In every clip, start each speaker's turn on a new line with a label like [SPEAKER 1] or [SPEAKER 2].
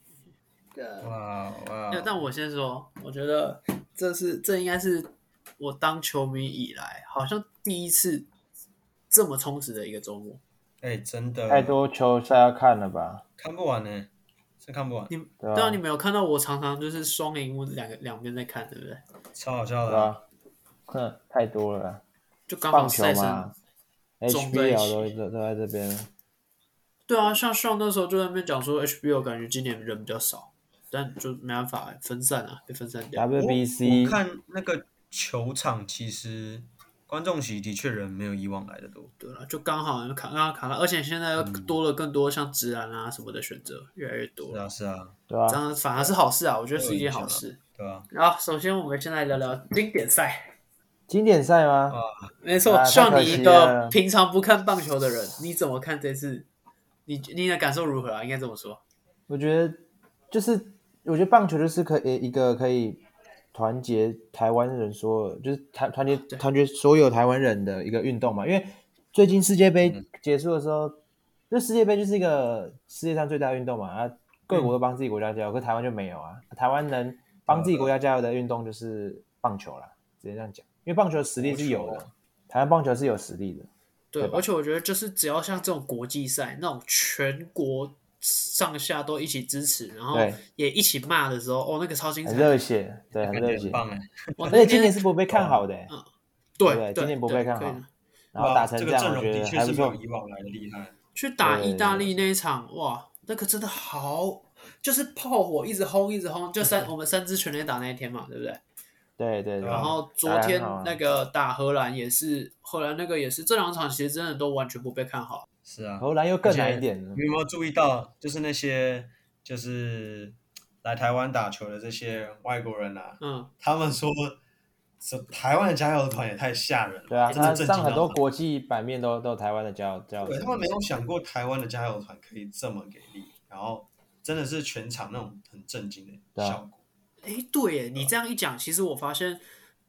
[SPEAKER 1] 啊
[SPEAKER 2] 个。
[SPEAKER 3] 哇哇！
[SPEAKER 2] 但我先说，我觉得这是这应该是我当球迷以来，好像第一次这么充实的一个周末。
[SPEAKER 3] 哎、真的
[SPEAKER 1] 呃太多球赛要看了吧？
[SPEAKER 3] 看不完呢，真看不完，
[SPEAKER 2] 你
[SPEAKER 1] 对啊
[SPEAKER 2] 对啊，你没有看到我常常就是双荧幕两个两边在看，对不对？
[SPEAKER 3] 超好笑
[SPEAKER 1] 啊
[SPEAKER 3] 的。
[SPEAKER 1] 对吧？哼，太多了啦，
[SPEAKER 2] 就啊刚好
[SPEAKER 1] 棒球
[SPEAKER 2] 赛程
[SPEAKER 1] 嘛。
[SPEAKER 2] 种在一
[SPEAKER 1] HBL
[SPEAKER 2] 起
[SPEAKER 1] 都都都在这边，
[SPEAKER 2] 对啊，像上那时候就在那边讲说 HBO 感觉今年人比较少，但就没办法分散啊，被分散掉。
[SPEAKER 1] WBC
[SPEAKER 3] 我我看那个球场，其实观众席的确人没有以往来的多。
[SPEAKER 2] 对啊了，就刚好卡拉卡拉，而且现在
[SPEAKER 1] 嗯
[SPEAKER 2] 又多了更多像直男啊什么的选择，越来越多
[SPEAKER 3] 是
[SPEAKER 2] 了。
[SPEAKER 3] 啊，是啊，
[SPEAKER 1] 对吧
[SPEAKER 2] 这？样反而是好事啊，我觉得是一件好事。
[SPEAKER 3] 对啊吧、
[SPEAKER 2] 然后啊首先我们先来聊聊经典赛，
[SPEAKER 1] 经典赛
[SPEAKER 2] 哦
[SPEAKER 1] 吗？
[SPEAKER 2] 没错，
[SPEAKER 1] 啊
[SPEAKER 2] 像
[SPEAKER 1] 太可
[SPEAKER 2] 你
[SPEAKER 1] 惜
[SPEAKER 2] 一个
[SPEAKER 1] 了
[SPEAKER 2] 平常不看棒球的人，你怎么看这次？你你的感受如何啊？应该这么说。
[SPEAKER 1] 我觉得就是，我觉得棒球就是可以一个可以团结台湾人所有，就是团团结
[SPEAKER 2] 对
[SPEAKER 1] 团结所有台湾人的一个运动嘛。因为最近世界
[SPEAKER 3] 嗯
[SPEAKER 1] 杯结束的时候，就世界杯就是一个世界上最大的运动嘛，啊，各
[SPEAKER 3] 嗯
[SPEAKER 1] 国都帮自己国家加油，可台湾就没有啊。台湾能帮自己国家加油的运动就是棒球啦，直接这样讲，因为棒球实力是有
[SPEAKER 3] 棒
[SPEAKER 1] 的
[SPEAKER 3] 球，
[SPEAKER 1] 台湾棒球是有实力的。
[SPEAKER 2] 对，
[SPEAKER 1] 对吧
[SPEAKER 2] 而且我觉得就是只要像这种国际赛那种全国上下都一起支持，然
[SPEAKER 3] 哦
[SPEAKER 2] 后
[SPEAKER 1] 对
[SPEAKER 2] 也一起骂的时候，哦，那个超精彩
[SPEAKER 1] 很。热血，对，很
[SPEAKER 3] 感
[SPEAKER 1] 热
[SPEAKER 3] 觉
[SPEAKER 1] 血
[SPEAKER 3] 很。棒哦哎，
[SPEAKER 2] 哇
[SPEAKER 1] 而
[SPEAKER 2] 那
[SPEAKER 1] 且今年是不被看好的欸、
[SPEAKER 2] 对
[SPEAKER 1] 对
[SPEAKER 2] 对，
[SPEAKER 1] 今年不
[SPEAKER 2] 对
[SPEAKER 1] 被看好
[SPEAKER 2] 可以的
[SPEAKER 1] 然后
[SPEAKER 3] 哇
[SPEAKER 1] 打成
[SPEAKER 3] 这
[SPEAKER 1] 这
[SPEAKER 3] 个阵
[SPEAKER 1] 样，我
[SPEAKER 3] 容
[SPEAKER 1] 觉
[SPEAKER 3] 的
[SPEAKER 1] 得
[SPEAKER 3] 确
[SPEAKER 1] 还
[SPEAKER 3] 是
[SPEAKER 1] 不
[SPEAKER 3] 没有
[SPEAKER 1] 错。
[SPEAKER 3] 以往来的厉害。
[SPEAKER 2] 去打
[SPEAKER 1] 对
[SPEAKER 2] 意大利那一场，哇，那个真的好，就是炮火一直轰一直轰，就三我们三支全垒打那一天嘛，对不对？
[SPEAKER 1] 对对对，
[SPEAKER 2] 然后昨
[SPEAKER 1] 打得
[SPEAKER 2] 天
[SPEAKER 1] 嗯很好啊
[SPEAKER 2] 那个打荷兰也是，荷兰那个也是，这两场其实真的都完全不被看好。
[SPEAKER 3] 是啊，
[SPEAKER 1] 荷兰又更难一点了
[SPEAKER 3] 你。有没有注意到，就是那些就是来台湾打球的这些外国人啊，
[SPEAKER 2] 嗯，
[SPEAKER 3] 他们说这台湾的加油团也太吓人了，
[SPEAKER 1] 对啊，
[SPEAKER 3] 真的
[SPEAKER 1] 他
[SPEAKER 3] 震惊
[SPEAKER 1] 上很
[SPEAKER 3] 到
[SPEAKER 1] 多
[SPEAKER 3] 他
[SPEAKER 1] 国际版面都都有台湾的加油加油
[SPEAKER 3] 对
[SPEAKER 1] 声，
[SPEAKER 3] 他们没有想过台湾的加油团可以这么给力，然后真的是全场那种很震惊的
[SPEAKER 1] 对啊
[SPEAKER 3] 效果。
[SPEAKER 2] 诶，对耶，你这样一讲，其实我发现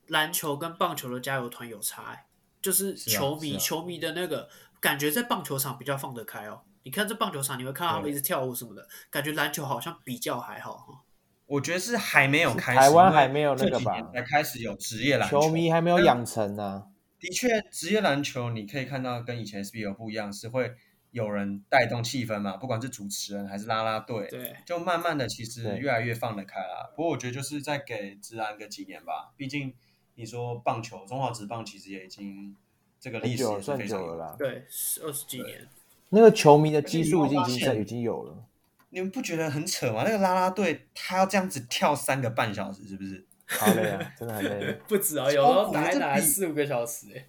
[SPEAKER 2] 篮球跟棒球的加油团有差耶，就是
[SPEAKER 3] 是啊
[SPEAKER 2] 球迷、
[SPEAKER 3] 是啊
[SPEAKER 2] 球迷的那个感觉，在棒球场比较放得开哦。你看这棒球场，你会看到他们
[SPEAKER 3] 对
[SPEAKER 2] 一直跳舞什么的，感觉篮球好像比较还好哈。
[SPEAKER 3] 我觉得是还没有开始，
[SPEAKER 1] 台湾
[SPEAKER 3] 因为
[SPEAKER 1] 还没有那个
[SPEAKER 3] 这几年
[SPEAKER 1] 吧
[SPEAKER 3] 才开始有职业篮球
[SPEAKER 1] 球迷还没有养成呢、
[SPEAKER 3] 的确，职业篮球你可以看到跟以前 SBL 不一样，是会有人带动气氛嘛，不管是主持人还是啦啦队，
[SPEAKER 2] 对，
[SPEAKER 3] 就慢慢的其实
[SPEAKER 1] 对
[SPEAKER 3] 越来越放得开啦。不过我觉得就是再给职篮个几年吧，毕竟你说棒球，中华职棒其实也已经这个历史
[SPEAKER 1] 很久
[SPEAKER 3] 也
[SPEAKER 1] 了，
[SPEAKER 3] 是
[SPEAKER 1] 算
[SPEAKER 3] 非常
[SPEAKER 1] 久了
[SPEAKER 3] 有。
[SPEAKER 1] 啦。
[SPEAKER 2] 对，十二十几年，
[SPEAKER 1] 那个球迷的基
[SPEAKER 3] 而
[SPEAKER 1] 数已
[SPEAKER 3] 且你有没有
[SPEAKER 1] 经已经
[SPEAKER 3] 发
[SPEAKER 1] 在
[SPEAKER 3] 现
[SPEAKER 1] 已经有了，
[SPEAKER 3] 你们不觉得很扯吗？那个啦啦队他要这样子跳三个半小时，是不是？
[SPEAKER 1] 好累啊，真的很累。
[SPEAKER 2] 不止啊，有
[SPEAKER 3] 时候打一打还
[SPEAKER 2] 四五个小时哎。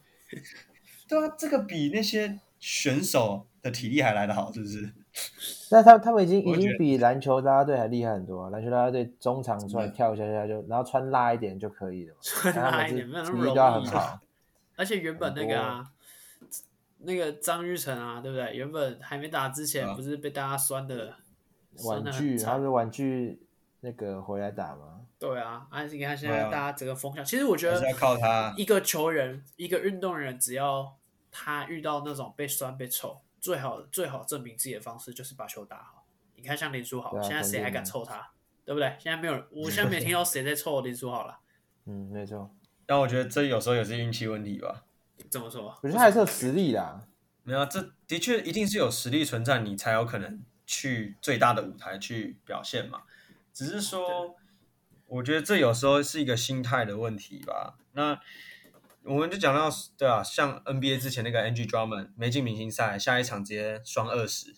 [SPEAKER 3] 对啊，这个比那些选手的体力还来得好，是不是？
[SPEAKER 1] 那他他们已经
[SPEAKER 3] 我
[SPEAKER 1] 已
[SPEAKER 3] 觉得
[SPEAKER 1] 经比篮球啦啦队还厉害很多、啊，篮球啦啦队中场出来跳一下下就，然后穿辣一点就可 以了嘛，
[SPEAKER 2] 穿
[SPEAKER 1] 但他
[SPEAKER 2] 辣
[SPEAKER 1] 们
[SPEAKER 2] 一点
[SPEAKER 1] 是
[SPEAKER 2] 没有那
[SPEAKER 1] 体
[SPEAKER 2] 么
[SPEAKER 1] 力
[SPEAKER 2] 容
[SPEAKER 1] 都要很
[SPEAKER 2] 易
[SPEAKER 1] 好。
[SPEAKER 3] 啊
[SPEAKER 2] 而且原本那个啊，那个张玉成啊，对不对？原本还没打之前，
[SPEAKER 3] 啊
[SPEAKER 2] 不是被大家酸的酸
[SPEAKER 1] 玩
[SPEAKER 2] 的
[SPEAKER 1] 具，
[SPEAKER 2] 很
[SPEAKER 1] 他
[SPEAKER 2] 惨。
[SPEAKER 1] 是玩具那个回来打吗？
[SPEAKER 2] 对啊，而且你看现
[SPEAKER 3] 对
[SPEAKER 2] 在
[SPEAKER 3] 啊
[SPEAKER 2] 大家整个风向，其实我觉
[SPEAKER 3] 还
[SPEAKER 2] 得
[SPEAKER 3] 是要靠他。
[SPEAKER 2] 一个球员、一个运动员，只要他遇到那种被酸、被臭，最好最好证明自己的方式就是把球打好。你看，像林书豪，
[SPEAKER 1] 对啊
[SPEAKER 2] 现在谁还敢臭他？对不对？现在没有 人，我现在没听到谁在臭林书豪了。
[SPEAKER 1] 嗯，没错，
[SPEAKER 3] 但我觉得这有时候也是运气问题吧。
[SPEAKER 2] 怎么说？
[SPEAKER 1] 我觉得他还是有实力啦。
[SPEAKER 3] 没有啊，这的确一定是有实力存在，你才有可能去最大的舞台去表现嘛。只是说，我觉得这有时候是一个心态的问题吧。那我们就讲到，对啊，像 NBA 之前那个 Angie Drummond 没进明星赛，下一场直接双二十，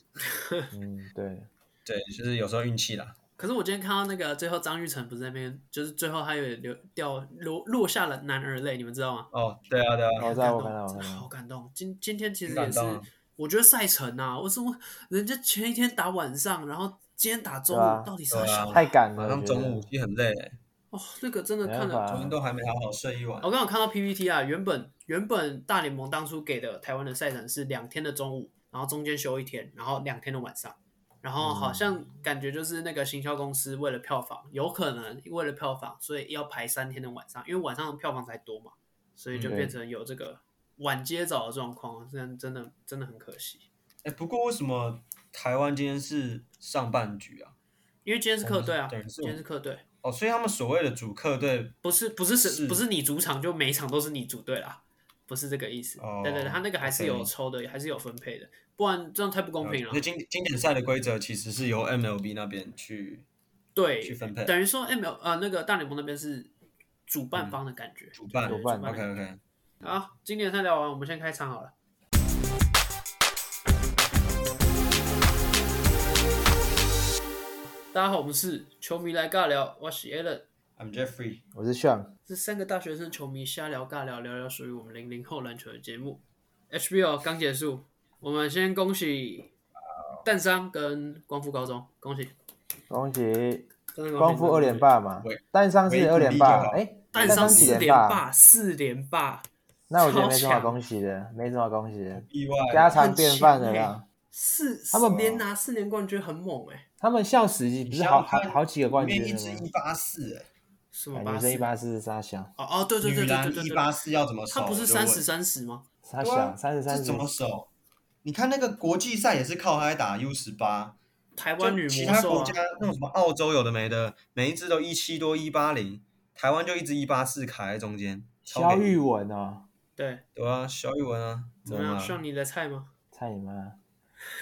[SPEAKER 1] 嗯，对，
[SPEAKER 3] 对，就是有时候运气啦。
[SPEAKER 2] 可是我今天看到那个最后张玉成不是在那边，就是最后他有点流掉落落下了男儿泪，你们知道吗？
[SPEAKER 3] 哦，对啊，对啊，
[SPEAKER 1] 我
[SPEAKER 2] 好
[SPEAKER 1] 知
[SPEAKER 2] 感
[SPEAKER 1] 道，我看到，
[SPEAKER 2] 动，
[SPEAKER 1] 我看
[SPEAKER 2] 真的
[SPEAKER 1] 到
[SPEAKER 2] 好。感动。今今天其实
[SPEAKER 3] 很
[SPEAKER 2] 也
[SPEAKER 3] 感
[SPEAKER 2] 是
[SPEAKER 3] 动啊，
[SPEAKER 2] 我觉得赛程啊，为什么人家前一天打晚上，然后今天打中午，
[SPEAKER 1] 对啊
[SPEAKER 2] 到底啥
[SPEAKER 3] 对
[SPEAKER 2] 小
[SPEAKER 3] 啊，
[SPEAKER 2] 啊、
[SPEAKER 1] 太赶了
[SPEAKER 3] 马上中午其实很累、欸，
[SPEAKER 2] 哦，那个真的看
[SPEAKER 1] 没办法
[SPEAKER 2] 了
[SPEAKER 1] 啊
[SPEAKER 3] 昨天都还没好好睡一晚
[SPEAKER 2] 我。刚好看到 PPT 啊，原本原本大联盟当初给的台湾的赛程是两天的中午，然后中间休一天，然后两天的晚上，然
[SPEAKER 3] 嗯
[SPEAKER 2] 后好像感觉就是那个行销公司为了票房，有可能为了票房，所以要排三天的晚上，因为晚上的票房才多嘛，所以就
[SPEAKER 1] 嗯
[SPEAKER 2] 变成有这个晚接早的状况，这样真的真的很可惜。
[SPEAKER 3] 哎、不过为什么台湾今天是上半局啊？
[SPEAKER 2] 因为今天是客队啊，
[SPEAKER 3] 等于是
[SPEAKER 2] 今
[SPEAKER 3] 我
[SPEAKER 2] 天是客队，
[SPEAKER 3] 哦，所以他们所谓的主客队
[SPEAKER 2] 不是不是
[SPEAKER 3] 是
[SPEAKER 2] 是不是你主场就每一场都是你主队啦，不是这个意思。
[SPEAKER 3] 哦
[SPEAKER 2] 对对对，他那个还是有
[SPEAKER 3] OK 哦
[SPEAKER 2] 抽的，还是有分配的，不然这样太不公平了啊
[SPEAKER 3] 那。呃经经典赛的规则其实是由 MLB 那边去
[SPEAKER 2] 对，
[SPEAKER 3] 去分配
[SPEAKER 2] 等于说 ML 呃那个大联盟那边是主办方的感觉。
[SPEAKER 3] 嗯主办。
[SPEAKER 2] 对
[SPEAKER 1] 主办
[SPEAKER 3] OK OK，
[SPEAKER 2] 好，今年赛聊完，我们先开场好了。大家好，我们是球迷来尬聊，我是 Alan。
[SPEAKER 3] I'm Jeffrey。
[SPEAKER 1] 我是 Sean，
[SPEAKER 2] 这三个大学生球迷瞎聊尬聊，聊聊属于我们零零后篮球的节目。HBO 刚结束，我们先恭喜淡商跟光复高中，恭喜！
[SPEAKER 1] 恭喜
[SPEAKER 2] 真的恭喜
[SPEAKER 1] 光复二连，霸嘛
[SPEAKER 3] 喂，
[SPEAKER 1] 蛋商
[SPEAKER 3] 喂
[SPEAKER 1] 是二连霸，
[SPEAKER 3] 鼓励
[SPEAKER 1] 哎、
[SPEAKER 2] 淡
[SPEAKER 1] 商
[SPEAKER 2] 商
[SPEAKER 1] 几
[SPEAKER 2] 四连
[SPEAKER 1] 霸？
[SPEAKER 2] 霸，四连霸，
[SPEAKER 1] 那我觉得没什
[SPEAKER 2] 超
[SPEAKER 1] 么好
[SPEAKER 2] 强
[SPEAKER 1] 恭喜的，没什么好恭喜的，
[SPEAKER 3] 意外
[SPEAKER 1] 家
[SPEAKER 3] 啊，
[SPEAKER 1] 常便饭的
[SPEAKER 2] 很
[SPEAKER 1] 啦
[SPEAKER 2] 强。欸四
[SPEAKER 1] 他们
[SPEAKER 2] 连拿四连冠军很猛哎、
[SPEAKER 1] 他们校史级不是好好好几个冠
[SPEAKER 3] 里
[SPEAKER 1] 军
[SPEAKER 3] 面一
[SPEAKER 1] 的
[SPEAKER 3] 支
[SPEAKER 1] 吗
[SPEAKER 3] 一？八四，哎，
[SPEAKER 2] 什么
[SPEAKER 1] 哎
[SPEAKER 2] 八
[SPEAKER 1] 女
[SPEAKER 2] 四
[SPEAKER 1] 生一八四是沙小，
[SPEAKER 2] 哦哦对对
[SPEAKER 3] 女
[SPEAKER 2] 对对
[SPEAKER 3] 篮
[SPEAKER 2] 对对
[SPEAKER 3] 一
[SPEAKER 2] 对
[SPEAKER 3] 八，四要怎么守？
[SPEAKER 2] 他不是
[SPEAKER 3] 我就问
[SPEAKER 2] 三十三十吗？
[SPEAKER 1] 沙
[SPEAKER 3] 对啊
[SPEAKER 1] 小三十三
[SPEAKER 3] 这
[SPEAKER 1] 十
[SPEAKER 3] 怎，么守？你看那个国际赛也是靠他打 U 十八，
[SPEAKER 2] 台湾女
[SPEAKER 3] 就其
[SPEAKER 2] 魔
[SPEAKER 3] 他
[SPEAKER 2] 兽
[SPEAKER 3] 国
[SPEAKER 2] 啊
[SPEAKER 3] 家，那种什么澳洲有的没的，每一支都一七多一八零，台湾就一直一八四卡在中间。超
[SPEAKER 1] 肖
[SPEAKER 3] 便宜
[SPEAKER 1] 玉文哦，
[SPEAKER 2] 对，
[SPEAKER 3] 对啊，肖玉文啊，
[SPEAKER 2] 怎么样？
[SPEAKER 3] 了？
[SPEAKER 2] 上你的菜吗？
[SPEAKER 1] 菜你妈！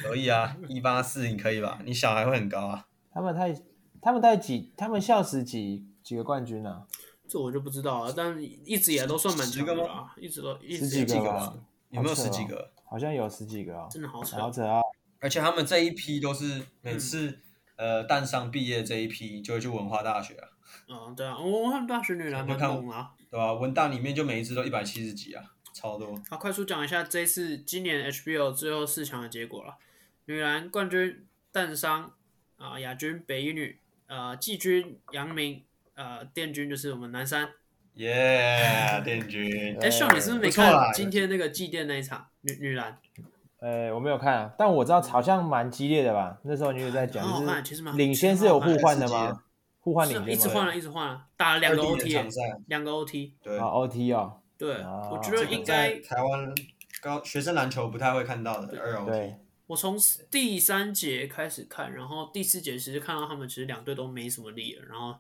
[SPEAKER 3] 可以啊，一八四你可以吧？你小孩会很高啊。
[SPEAKER 1] 他们太他们带几他们校史几几个冠军啊？
[SPEAKER 2] 这我就不知道了，但一直以来都算蛮强的
[SPEAKER 3] 十个
[SPEAKER 2] 啦，一直都一直
[SPEAKER 1] 十几
[SPEAKER 3] 有
[SPEAKER 1] 个
[SPEAKER 3] 几个
[SPEAKER 1] 吧
[SPEAKER 3] 吧？有没有十几
[SPEAKER 1] 好扯啊
[SPEAKER 3] 个？
[SPEAKER 1] 好像有十几个哦，
[SPEAKER 2] 真的好扯
[SPEAKER 1] 好扯哦！
[SPEAKER 3] 而且他们这一批都
[SPEAKER 2] 嗯
[SPEAKER 3] 是每次、呃淡商毕业这一批就会去文化大学啊，
[SPEAKER 2] 嗯，对啊，我我看大学女篮蛮猛啊。
[SPEAKER 3] 对吧、文大里面就每一支都一百七十几啊，超多。
[SPEAKER 2] 好，快速讲一下这一次今年 HBO 最后四强的结果了。女篮冠军淡商啊，亚、军北一女，呃，季军阳明，呃，殿军就是我们南山。
[SPEAKER 3] 耶、 殿军，
[SPEAKER 2] 哎、笑你是不是没
[SPEAKER 3] 不错啦
[SPEAKER 2] 看今天那个祭奠那一场女女篮？
[SPEAKER 1] 哎，我没有看啊，但我知道好像蛮激烈的吧？那时候你也在讲，
[SPEAKER 2] 很好看其
[SPEAKER 1] 就是
[SPEAKER 2] 实蛮
[SPEAKER 1] 领先是有互换
[SPEAKER 3] 蛮刺
[SPEAKER 1] 的
[SPEAKER 3] 激
[SPEAKER 1] 吗？互换
[SPEAKER 2] 是啊
[SPEAKER 1] 领
[SPEAKER 2] 一直
[SPEAKER 1] 先
[SPEAKER 2] 换
[SPEAKER 1] 吗
[SPEAKER 2] 了，？一直换了，打了两
[SPEAKER 3] 二
[SPEAKER 2] 个
[SPEAKER 3] D 的
[SPEAKER 2] OT，
[SPEAKER 3] 场
[SPEAKER 2] 欸
[SPEAKER 3] 赛，
[SPEAKER 2] 两个 OT。
[SPEAKER 3] 对，
[SPEAKER 1] 啊，OT 哦，
[SPEAKER 2] 对，
[SPEAKER 1] 哦
[SPEAKER 2] 我觉得应该
[SPEAKER 3] 在台湾高学生篮球不太会看到的二 O
[SPEAKER 1] 对
[SPEAKER 3] T，，
[SPEAKER 2] 我从第三节开始看，然后第四节其实看到他们其实两队都没什么力了，然后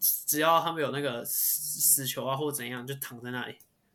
[SPEAKER 2] 只只要他们有那个死死球啊或怎样，就躺在那里，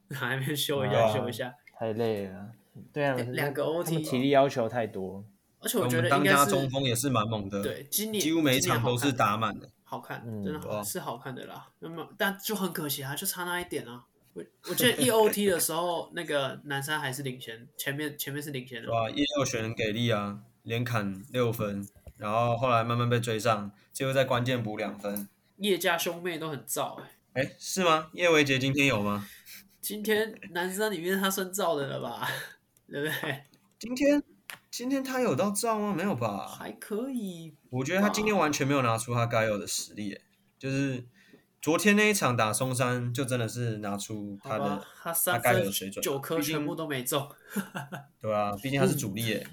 [SPEAKER 2] 躺在那边休一下、
[SPEAKER 3] 对啊
[SPEAKER 2] 休一下。
[SPEAKER 1] 太累了。对啊，
[SPEAKER 2] 两个哦
[SPEAKER 1] 他们
[SPEAKER 2] OT
[SPEAKER 1] 体力要求太多。
[SPEAKER 2] 而且
[SPEAKER 3] 我
[SPEAKER 2] 我觉
[SPEAKER 3] 们
[SPEAKER 2] 得
[SPEAKER 3] 当
[SPEAKER 2] 应该
[SPEAKER 3] 家
[SPEAKER 2] 是
[SPEAKER 3] 中锋也是蛮猛的，，
[SPEAKER 2] 对今年
[SPEAKER 3] 几乎每一
[SPEAKER 2] 今年
[SPEAKER 3] 场都
[SPEAKER 2] 好看
[SPEAKER 3] 是打满的。
[SPEAKER 2] 好看，
[SPEAKER 1] 嗯
[SPEAKER 2] 真的
[SPEAKER 3] 对
[SPEAKER 2] 好
[SPEAKER 3] 啊
[SPEAKER 2] 是好看的啦。那么但就很可惜啊，就差那一点啊。我我记得 E O T 的时候，那个南山还是领先，前面前面是领先的
[SPEAKER 3] 对。啊吧、叶佑璇很给力啊，连砍六分，然后后来慢慢被追上，最后在关键补两分。
[SPEAKER 2] 叶家兄妹都很燥哎、
[SPEAKER 3] 哎，是吗？叶维杰今天有吗？
[SPEAKER 2] 今天南山里面他算燥的了吧？ 对不对？
[SPEAKER 3] 今天今天他有到账吗？没有吧？
[SPEAKER 2] 还可以，
[SPEAKER 3] 我觉得他今天完全没有拿出他该有的实力，哎就是昨天那一场打松山，就真的是拿出他
[SPEAKER 2] 好吧
[SPEAKER 3] 的，
[SPEAKER 2] 他三
[SPEAKER 3] 大概有
[SPEAKER 2] 分
[SPEAKER 3] 的水准
[SPEAKER 2] 九颗
[SPEAKER 3] 毕竟
[SPEAKER 2] 全部都没中，
[SPEAKER 3] 对啊，毕竟他是主力哎。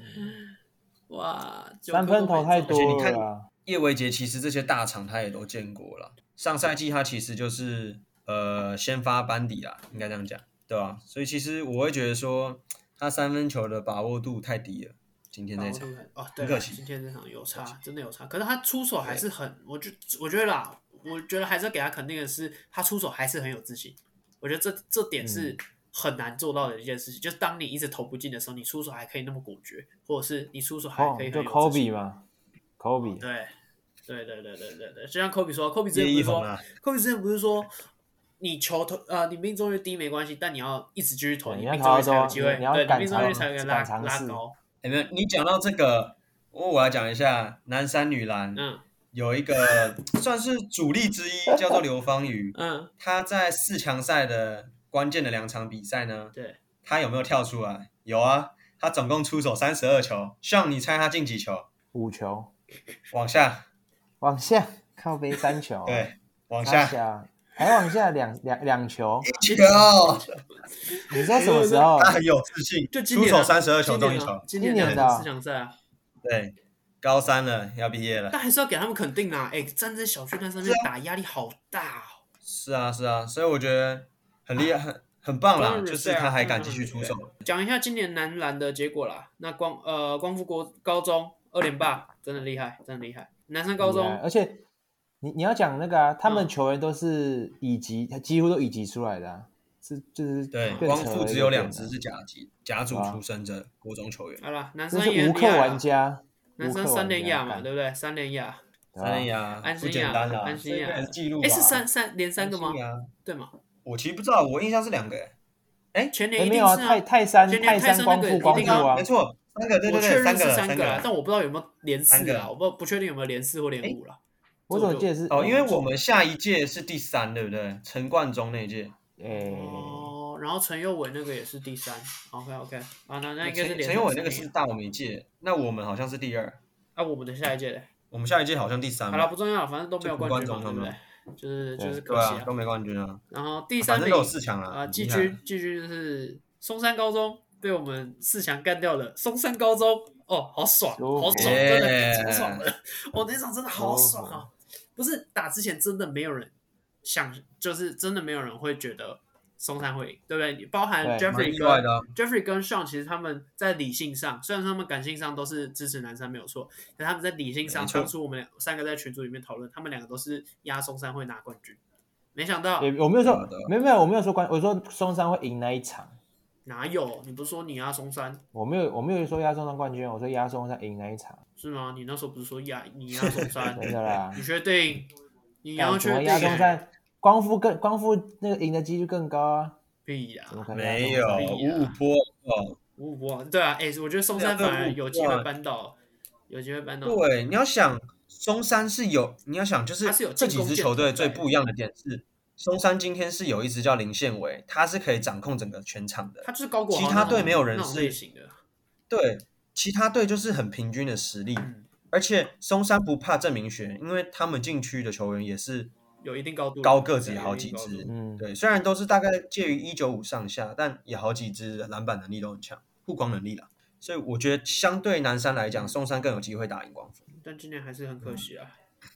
[SPEAKER 2] 哇，九颗
[SPEAKER 1] 三
[SPEAKER 2] 都没
[SPEAKER 1] 分
[SPEAKER 2] 中
[SPEAKER 1] 投太多
[SPEAKER 3] 而且你看
[SPEAKER 1] 了啦，
[SPEAKER 3] 叶维杰其实这些大厂他也都见过了，上赛季他其实就是呃先发班底啦，应该这样讲，对吧、所以其实我会觉得说他三分球的把握度太低了，今天这一场
[SPEAKER 2] 然后就哦，对
[SPEAKER 3] 很
[SPEAKER 2] 了，
[SPEAKER 3] 可惜
[SPEAKER 2] 今天这场有差，真的有差，可是他出手还是很，我就我觉得啦，我觉得还是要给他肯定的是，他出手还是很有自信，我觉得这这点
[SPEAKER 1] 嗯
[SPEAKER 2] 是很难做到的一件事情，就是当你一直投不进的时候，你出手还可以那么果决，或者是你出手还
[SPEAKER 1] 哦
[SPEAKER 2] 可以，
[SPEAKER 1] 就
[SPEAKER 2] 很有自
[SPEAKER 1] Kobe
[SPEAKER 2] 信，
[SPEAKER 1] 嘛，Kobe
[SPEAKER 2] 对。对对对对对对，就像科比说，科比之前
[SPEAKER 3] 叶
[SPEAKER 2] 不
[SPEAKER 3] 一
[SPEAKER 2] 是
[SPEAKER 3] 红
[SPEAKER 2] 说，
[SPEAKER 3] 啊，
[SPEAKER 2] 科比之前不是说，你球投呃，你命中率低没关系，但你要一直继续投，
[SPEAKER 1] 对
[SPEAKER 2] 你
[SPEAKER 1] 你要
[SPEAKER 2] 命中率
[SPEAKER 1] 投到
[SPEAKER 2] 才有
[SPEAKER 1] 多
[SPEAKER 2] 机会，
[SPEAKER 1] 你要
[SPEAKER 2] 对，你
[SPEAKER 1] 敢
[SPEAKER 2] 命中率
[SPEAKER 1] 尝
[SPEAKER 2] 才能拉
[SPEAKER 1] 敢尝
[SPEAKER 2] 拉
[SPEAKER 1] 试
[SPEAKER 2] 高。
[SPEAKER 3] 哎没有，你讲到这个，我我要讲一下南山女篮
[SPEAKER 2] 嗯
[SPEAKER 3] 有一个算是主力之一，叫做刘芳瑜，
[SPEAKER 2] 嗯，
[SPEAKER 3] 他在四强赛的关键的两场比赛呢，
[SPEAKER 2] 对，
[SPEAKER 3] 他有没有跳出来？有啊，他总共出手三十二球，像你猜他进几球？
[SPEAKER 1] 五球
[SPEAKER 3] 往下，
[SPEAKER 1] 往下靠背三球，啊
[SPEAKER 3] 对，往
[SPEAKER 1] 沙
[SPEAKER 3] 下，哎
[SPEAKER 1] 小，还往下两两两球，
[SPEAKER 3] 一球，
[SPEAKER 1] 你知道什么 时候？
[SPEAKER 3] 他很有哎自信，
[SPEAKER 2] 就今
[SPEAKER 3] 出
[SPEAKER 2] 年
[SPEAKER 3] 手
[SPEAKER 2] 啊
[SPEAKER 3] 三十二球
[SPEAKER 2] 今
[SPEAKER 3] 中一
[SPEAKER 2] 年
[SPEAKER 3] 球
[SPEAKER 2] 啊，，今
[SPEAKER 1] 今
[SPEAKER 2] 年
[SPEAKER 1] 年的啊
[SPEAKER 2] 四强赛啊，
[SPEAKER 3] 对，高三了，要毕业了。
[SPEAKER 2] 但还是要给他们肯定啦。哎，站在小巨蛋上面
[SPEAKER 3] 啊
[SPEAKER 2] 打压力好大哦。
[SPEAKER 3] 是啊，是啊，所以我觉得很厉害，很很棒啦，
[SPEAKER 2] 当然
[SPEAKER 3] 就是他还敢继续出手。
[SPEAKER 2] 讲一下今年男篮的结果啦。那光呃光复国高中二连霸，真的厉害，真的厉害。南山高中
[SPEAKER 1] 而且你你要讲那个啊，他们
[SPEAKER 2] 嗯
[SPEAKER 1] 球员都是乙级，几乎都乙级出来的、啊，是就是
[SPEAKER 3] 对，
[SPEAKER 1] 更
[SPEAKER 3] 光
[SPEAKER 1] 扯
[SPEAKER 3] 复
[SPEAKER 1] 了一
[SPEAKER 3] 只有
[SPEAKER 1] 点
[SPEAKER 3] 两
[SPEAKER 1] 啊
[SPEAKER 3] 支是甲级甲组出身的国中球员，
[SPEAKER 2] 好了，南
[SPEAKER 1] 这
[SPEAKER 2] 山也
[SPEAKER 1] 是
[SPEAKER 2] 很
[SPEAKER 1] 无克
[SPEAKER 2] 亚啦
[SPEAKER 1] 玩，家，
[SPEAKER 2] 南
[SPEAKER 1] 无
[SPEAKER 2] 山
[SPEAKER 1] 克
[SPEAKER 2] 三
[SPEAKER 1] 玩
[SPEAKER 2] 连
[SPEAKER 1] 家
[SPEAKER 2] 亚嘛，
[SPEAKER 1] 干
[SPEAKER 2] 对不对？三连亚，
[SPEAKER 1] 对吧
[SPEAKER 3] 三连亚
[SPEAKER 2] 安心
[SPEAKER 3] 不
[SPEAKER 2] 亚
[SPEAKER 3] 简单啦，
[SPEAKER 2] 安心亚
[SPEAKER 3] 这应该是记录吧
[SPEAKER 2] 哎，是三三连三个吗
[SPEAKER 3] 安？心亚
[SPEAKER 2] 对吗？
[SPEAKER 3] 我其实不知道，我印象是两个哎，
[SPEAKER 2] 全
[SPEAKER 1] 哎
[SPEAKER 2] 年一
[SPEAKER 1] 没
[SPEAKER 2] 定
[SPEAKER 1] 有啊，
[SPEAKER 2] 是
[SPEAKER 1] 泰泰山
[SPEAKER 2] 前年
[SPEAKER 1] 泰
[SPEAKER 2] 泰
[SPEAKER 1] 山
[SPEAKER 2] 山
[SPEAKER 1] 光
[SPEAKER 2] 那个
[SPEAKER 1] 复
[SPEAKER 2] 一
[SPEAKER 1] 光
[SPEAKER 2] 定
[SPEAKER 1] 复
[SPEAKER 2] 要
[SPEAKER 1] 啊
[SPEAKER 3] 没，错，三个，对
[SPEAKER 2] 我
[SPEAKER 3] 对
[SPEAKER 2] 确
[SPEAKER 3] 对，
[SPEAKER 2] 认
[SPEAKER 3] 三
[SPEAKER 2] 是
[SPEAKER 3] 个了
[SPEAKER 2] 三
[SPEAKER 3] 个
[SPEAKER 2] 啦
[SPEAKER 3] 了，
[SPEAKER 2] 但我不知道有没有连
[SPEAKER 3] 三
[SPEAKER 2] 四
[SPEAKER 3] 个
[SPEAKER 2] 啊，我不知道不确定有没有连四或连
[SPEAKER 3] 哎
[SPEAKER 2] 五了。
[SPEAKER 1] 我怎么记得是
[SPEAKER 3] 哦，因为我们下一届是第三，对不对？陈冠中那一届，嗯
[SPEAKER 1] 哎，
[SPEAKER 2] 哦，然后陈佑伟那个也是第三，OK OK，啊，那那应该是
[SPEAKER 3] 哎陈
[SPEAKER 2] 连
[SPEAKER 3] 陈佑伟那个是大我们一届，那我们好像是第二，
[SPEAKER 2] 啊，我们的下一届嘞，
[SPEAKER 3] 我们下一届好像第三
[SPEAKER 2] 好了，
[SPEAKER 3] 吧，
[SPEAKER 2] 不重要，反正都没有冠军嘛，
[SPEAKER 3] 就
[SPEAKER 2] 对
[SPEAKER 3] 嗯不
[SPEAKER 2] 不
[SPEAKER 3] 关
[SPEAKER 2] 对
[SPEAKER 3] 中？
[SPEAKER 2] 就是
[SPEAKER 1] 对
[SPEAKER 2] 就是可
[SPEAKER 3] 对
[SPEAKER 2] 惜
[SPEAKER 3] 啊，
[SPEAKER 2] 啊。
[SPEAKER 3] 都没冠军啊，
[SPEAKER 2] 然后第三
[SPEAKER 3] 反正
[SPEAKER 2] 名
[SPEAKER 3] 都有四强啊
[SPEAKER 2] 啊，
[SPEAKER 3] 很厉
[SPEAKER 2] 季
[SPEAKER 3] 害
[SPEAKER 2] 军季军是松山高中被我们四强干掉了，松山高中哦，好爽，
[SPEAKER 1] 舒服
[SPEAKER 2] 好爽，真的
[SPEAKER 3] Yeah
[SPEAKER 2] 超爽的， 我、那场真的好爽啊！不是打之前真的没有人想，就是真的没有人会觉得松山会赢，对不对？包含
[SPEAKER 1] 对
[SPEAKER 3] 蛮
[SPEAKER 2] Jeffrey
[SPEAKER 3] 意外
[SPEAKER 2] 跟
[SPEAKER 3] 的啊，
[SPEAKER 2] Jeffrey 跟 Sean 其实他们在理性上，虽然他们感性上都是支持南山没有错，但他们在理性上，
[SPEAKER 3] 没错
[SPEAKER 2] 当初我们三个在群组里面讨论，他们两个都是压松山会拿冠军，没想到
[SPEAKER 1] 也我没有
[SPEAKER 3] 对
[SPEAKER 1] 说
[SPEAKER 3] 啊对啊
[SPEAKER 1] 没有没有我没有说关，我说松山会赢那一场，
[SPEAKER 2] 哪有？你不是说你压松山
[SPEAKER 1] 我没有我没有说压松山冠军，我说压松山赢那一场，
[SPEAKER 2] 是吗？你那时候不是说压你压 松山？
[SPEAKER 1] 真的啦
[SPEAKER 2] 你，确定？哎你要
[SPEAKER 1] 干
[SPEAKER 2] 确
[SPEAKER 1] 怎么
[SPEAKER 2] 定？
[SPEAKER 1] 压松山？光复更光复那个赢的几率更高啊，
[SPEAKER 2] 屁呀
[SPEAKER 1] 怎！么可能压
[SPEAKER 3] 没有
[SPEAKER 1] 松山
[SPEAKER 2] 可以啊
[SPEAKER 3] 五五波哦，
[SPEAKER 2] 五五啊，对啊，哎、我觉得松山
[SPEAKER 3] 对啊
[SPEAKER 2] 反而
[SPEAKER 3] 对啊
[SPEAKER 2] 有机会扳倒，有机会扳倒。
[SPEAKER 3] 对，你要想松山是有，你要想就是
[SPEAKER 2] 它是有
[SPEAKER 3] 这
[SPEAKER 2] 进
[SPEAKER 3] 几
[SPEAKER 2] 攻
[SPEAKER 3] 支
[SPEAKER 2] 箭
[SPEAKER 3] 球队
[SPEAKER 2] 头在
[SPEAKER 3] 最
[SPEAKER 2] 的
[SPEAKER 3] 不一样的点是，松山今天是有一支叫林宪伟，他是可以掌控整个全场的，
[SPEAKER 2] 他就是高国豪
[SPEAKER 3] 其他队没有人
[SPEAKER 2] 那种
[SPEAKER 3] 是
[SPEAKER 2] 类型的，
[SPEAKER 3] 对，其他队就是很平均的实力，
[SPEAKER 2] 嗯，
[SPEAKER 3] 而且松山不怕郑明璇，因为他们禁区的球员也是
[SPEAKER 2] 有一定高度，
[SPEAKER 3] 高个子
[SPEAKER 2] 对
[SPEAKER 3] 也好几。
[SPEAKER 2] 有一定
[SPEAKER 3] 支
[SPEAKER 2] 高度，
[SPEAKER 1] 嗯，
[SPEAKER 3] 对，虽然都是大概介于一九五上下，但也好几支篮板能力都很强，护框能力啦。所以我觉得相对南山来讲，松山更有机会打赢光复，
[SPEAKER 2] 但今年还是很可惜啊，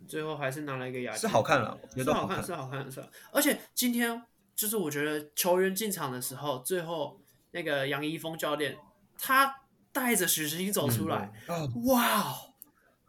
[SPEAKER 2] 最后还是拿了一个亚军，
[SPEAKER 3] 嗯是好看了，我
[SPEAKER 2] 哎是
[SPEAKER 3] 觉得都
[SPEAKER 2] 好
[SPEAKER 3] 好
[SPEAKER 2] 看，
[SPEAKER 3] 看。
[SPEAKER 2] 是好看，是好看。而且今天就是我觉得球员进场的时候，最后那个杨一峰教练他带着许晨英走出来，
[SPEAKER 3] 哦，
[SPEAKER 2] 哇哦，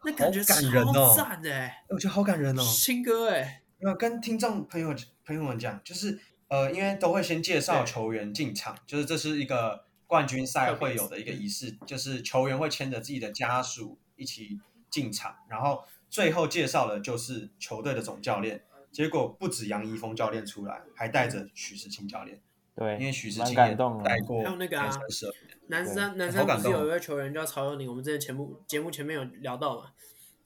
[SPEAKER 2] 那感觉
[SPEAKER 3] 好感人哦
[SPEAKER 2] 超赞的哎、
[SPEAKER 3] 我觉得好感人哦。
[SPEAKER 2] 新歌哎、
[SPEAKER 3] 那跟听众朋友朋友们讲，就是呃，因为都会先介绍
[SPEAKER 2] 对
[SPEAKER 3] 球员进场，就是这是一个冠军赛
[SPEAKER 2] 特别
[SPEAKER 3] 会有的一个仪式，就是球员会牵着自己的家属一起进场，然后最后介绍的就是球队的总教练。结果不止杨一峰教练出来，还带着许世清教练，
[SPEAKER 1] 对，
[SPEAKER 3] 因为许世
[SPEAKER 1] 蛮
[SPEAKER 3] 清
[SPEAKER 1] 感
[SPEAKER 3] 也
[SPEAKER 1] 动的
[SPEAKER 3] 带，过
[SPEAKER 2] 还有那个啊
[SPEAKER 3] 三十二年
[SPEAKER 2] 南山南
[SPEAKER 3] 好
[SPEAKER 2] 山不
[SPEAKER 3] 感
[SPEAKER 2] 是
[SPEAKER 3] 动
[SPEAKER 2] 有
[SPEAKER 3] 哦
[SPEAKER 2] 一位球员叫曹佑宁，我们之前节目节目前面有聊到嘛，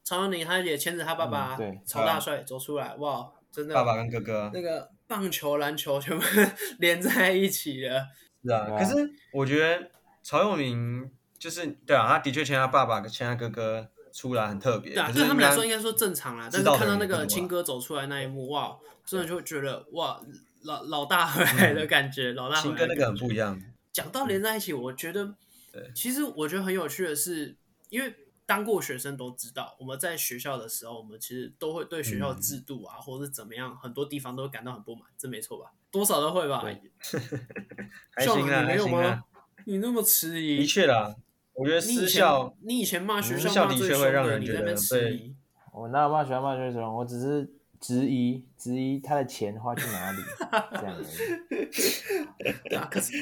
[SPEAKER 2] 曹佑宁他也牵着他爸爸、
[SPEAKER 1] 嗯对
[SPEAKER 2] 曹大帅走出来，哇，真的
[SPEAKER 3] 爸爸跟哥哥啊，
[SPEAKER 2] 那个棒球、篮球全部 连在一起了，
[SPEAKER 3] 是啊，
[SPEAKER 1] 对啊
[SPEAKER 3] 可是我觉得曹佑明就是对啊，他的确牵他爸爸、牵他哥哥出来很特别，
[SPEAKER 2] 对啊，
[SPEAKER 3] 可
[SPEAKER 2] 对
[SPEAKER 3] 是
[SPEAKER 2] 他们
[SPEAKER 3] 应该
[SPEAKER 2] 来说应该说正常啦，但
[SPEAKER 3] 知
[SPEAKER 2] 是
[SPEAKER 3] 道的
[SPEAKER 2] 看到那
[SPEAKER 3] 人
[SPEAKER 2] 个
[SPEAKER 3] 不多啊
[SPEAKER 2] 青哥走出来那一幕，哇，真的就觉得哇，老老大回来的感觉，老大回
[SPEAKER 3] 嗯青
[SPEAKER 2] 来
[SPEAKER 3] 跟
[SPEAKER 2] 的
[SPEAKER 3] 那个
[SPEAKER 2] 感
[SPEAKER 3] 很
[SPEAKER 2] 觉
[SPEAKER 3] 不一样。
[SPEAKER 2] 讲到连在一起，我觉得
[SPEAKER 3] 嗯对，
[SPEAKER 2] 其实我觉得很有趣的是，因为当过学生都知道，我们在学校的时候，我们其实都会对学校
[SPEAKER 3] 嗯
[SPEAKER 2] 的制度啊，或者是怎么样，很多地方都会感到很不满，这没错吧？多少都会吧。
[SPEAKER 3] 还
[SPEAKER 2] 像
[SPEAKER 3] 行啊，
[SPEAKER 2] 你
[SPEAKER 3] 还
[SPEAKER 2] 没有
[SPEAKER 3] 行啊
[SPEAKER 2] 吗，？ 你那么迟疑
[SPEAKER 3] 的，确啦，我觉得
[SPEAKER 2] 你以
[SPEAKER 3] 私
[SPEAKER 2] 前
[SPEAKER 3] 校
[SPEAKER 2] 你以前骂学
[SPEAKER 3] 私
[SPEAKER 2] 校
[SPEAKER 3] 校
[SPEAKER 2] 骂
[SPEAKER 3] 的
[SPEAKER 2] 最
[SPEAKER 3] 确
[SPEAKER 2] 凶
[SPEAKER 3] 会让
[SPEAKER 2] 的，
[SPEAKER 3] 人
[SPEAKER 2] 你
[SPEAKER 3] 觉
[SPEAKER 2] 在那边
[SPEAKER 3] 得
[SPEAKER 2] 迟疑，
[SPEAKER 1] 我哪有骂喜欢骂学生，我只是质疑质疑他的钱花去哪里，这样而已，
[SPEAKER 2] 对啊，可是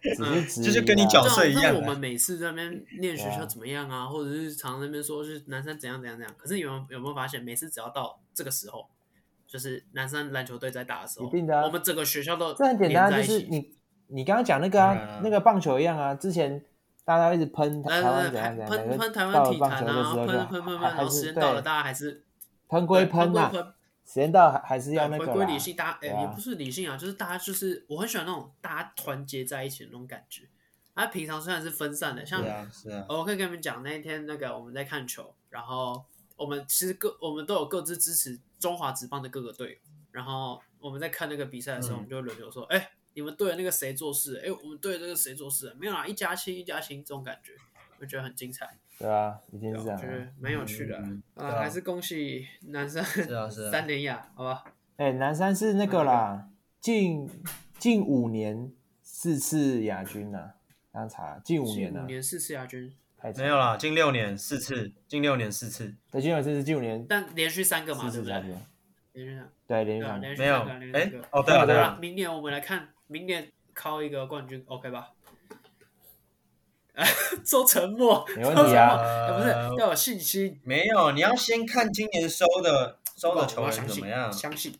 [SPEAKER 1] 只是质疑、啊。
[SPEAKER 3] 这就跟你缴
[SPEAKER 2] 对啊
[SPEAKER 3] 税一样
[SPEAKER 2] 但我
[SPEAKER 3] 啊
[SPEAKER 2] 们每次在那边念学
[SPEAKER 1] 对
[SPEAKER 2] 校
[SPEAKER 1] 啊
[SPEAKER 2] 怎么样啊，或者是常在那边说是南山怎样怎样怎样。可是有没有有没有发现，每次只要到这个时候，就是南山篮球队在打的时候，
[SPEAKER 1] 一定的啊
[SPEAKER 2] 我们整个学校都
[SPEAKER 1] 这很简单，啊就
[SPEAKER 2] 连在一起
[SPEAKER 1] 是
[SPEAKER 2] 嗯
[SPEAKER 1] 你你刚刚讲那个啊，
[SPEAKER 3] 当然啊
[SPEAKER 1] 那个棒球一样啊，之前大家一直喷台
[SPEAKER 2] 来
[SPEAKER 1] 湾
[SPEAKER 2] 来
[SPEAKER 1] 怎
[SPEAKER 2] 来
[SPEAKER 1] 样怎样，
[SPEAKER 2] 嗯喷喷台
[SPEAKER 1] 到
[SPEAKER 2] 湾
[SPEAKER 1] 了
[SPEAKER 2] 体
[SPEAKER 1] 棒
[SPEAKER 2] 坛
[SPEAKER 1] 球的
[SPEAKER 2] 啊，
[SPEAKER 1] 时
[SPEAKER 2] 喷
[SPEAKER 1] 候就
[SPEAKER 2] 喷喷喷，
[SPEAKER 1] 还
[SPEAKER 2] 然后
[SPEAKER 1] 还是
[SPEAKER 2] 时间到了，
[SPEAKER 1] 对
[SPEAKER 2] 大家还是
[SPEAKER 1] 喷归
[SPEAKER 2] 对
[SPEAKER 1] 喷呐
[SPEAKER 2] 归，喷
[SPEAKER 1] 时间到还还是要
[SPEAKER 2] 对
[SPEAKER 1] 那
[SPEAKER 2] 回
[SPEAKER 1] 个
[SPEAKER 2] 归
[SPEAKER 1] 啦
[SPEAKER 2] 理性，大家哎、
[SPEAKER 1] 对啊
[SPEAKER 2] 也不是理性啊，就是大家就是我很喜欢那种大家团结在一起的那种感觉。啊，平常虽然是分散的，
[SPEAKER 3] 是
[SPEAKER 2] 像
[SPEAKER 3] 啊是啊，
[SPEAKER 2] 哦我可以跟你们讲，那一天那个我们在看球，然后我们其实各我们都有各自支持中华职棒的各个队友，然后我们在看那个比赛的时候，
[SPEAKER 3] 嗯
[SPEAKER 2] 我们就会轮流说，哎、你们队的那个谁做事，哎、我们队的那个谁做事，没有啦，一家亲一家亲这种感觉，我觉得很精彩，
[SPEAKER 1] 对啊，一定
[SPEAKER 2] 对
[SPEAKER 1] 是
[SPEAKER 2] 啊我觉
[SPEAKER 1] 这样啊。
[SPEAKER 2] 得蛮有趣的啊
[SPEAKER 3] 嗯
[SPEAKER 2] 啊、
[SPEAKER 3] 对啊
[SPEAKER 2] 还是恭喜男生
[SPEAKER 3] 是啊是 啊
[SPEAKER 2] 三连亚，好吧，
[SPEAKER 1] 哎，南山是那个啦，近近五年四次亚军呐，刚查近五
[SPEAKER 2] 近
[SPEAKER 1] 年
[SPEAKER 2] 五
[SPEAKER 1] 呐，
[SPEAKER 3] 啊
[SPEAKER 2] 年四次亚军，
[SPEAKER 1] 太扯
[SPEAKER 3] 没有啦，近六年四次，近六年四次，
[SPEAKER 1] 对，今年是近五年
[SPEAKER 2] 但连续三个嘛，
[SPEAKER 1] 四
[SPEAKER 2] 啊对
[SPEAKER 1] 次
[SPEAKER 2] 不
[SPEAKER 1] 加
[SPEAKER 2] 对？
[SPEAKER 1] 进，
[SPEAKER 2] 连续三，
[SPEAKER 1] 对，连
[SPEAKER 2] 对
[SPEAKER 1] 续
[SPEAKER 2] 啊，
[SPEAKER 1] 两
[SPEAKER 2] 连续
[SPEAKER 3] 没有
[SPEAKER 2] 三个，连，续
[SPEAKER 3] 哎
[SPEAKER 2] 三个。，
[SPEAKER 3] 哦，对了
[SPEAKER 1] 对
[SPEAKER 3] 对
[SPEAKER 1] 啊
[SPEAKER 3] 了，
[SPEAKER 2] 明年我们来看，明年靠一个冠军，OK 吧？ 做沉默，
[SPEAKER 1] 没问题啊
[SPEAKER 2] 哎不是要有信心，
[SPEAKER 3] 呃没有，你要先看今年收的收
[SPEAKER 2] 我
[SPEAKER 3] 的
[SPEAKER 2] 要
[SPEAKER 3] 呃球员
[SPEAKER 2] 相
[SPEAKER 3] 怎
[SPEAKER 2] 信
[SPEAKER 3] 么样，
[SPEAKER 2] 相信，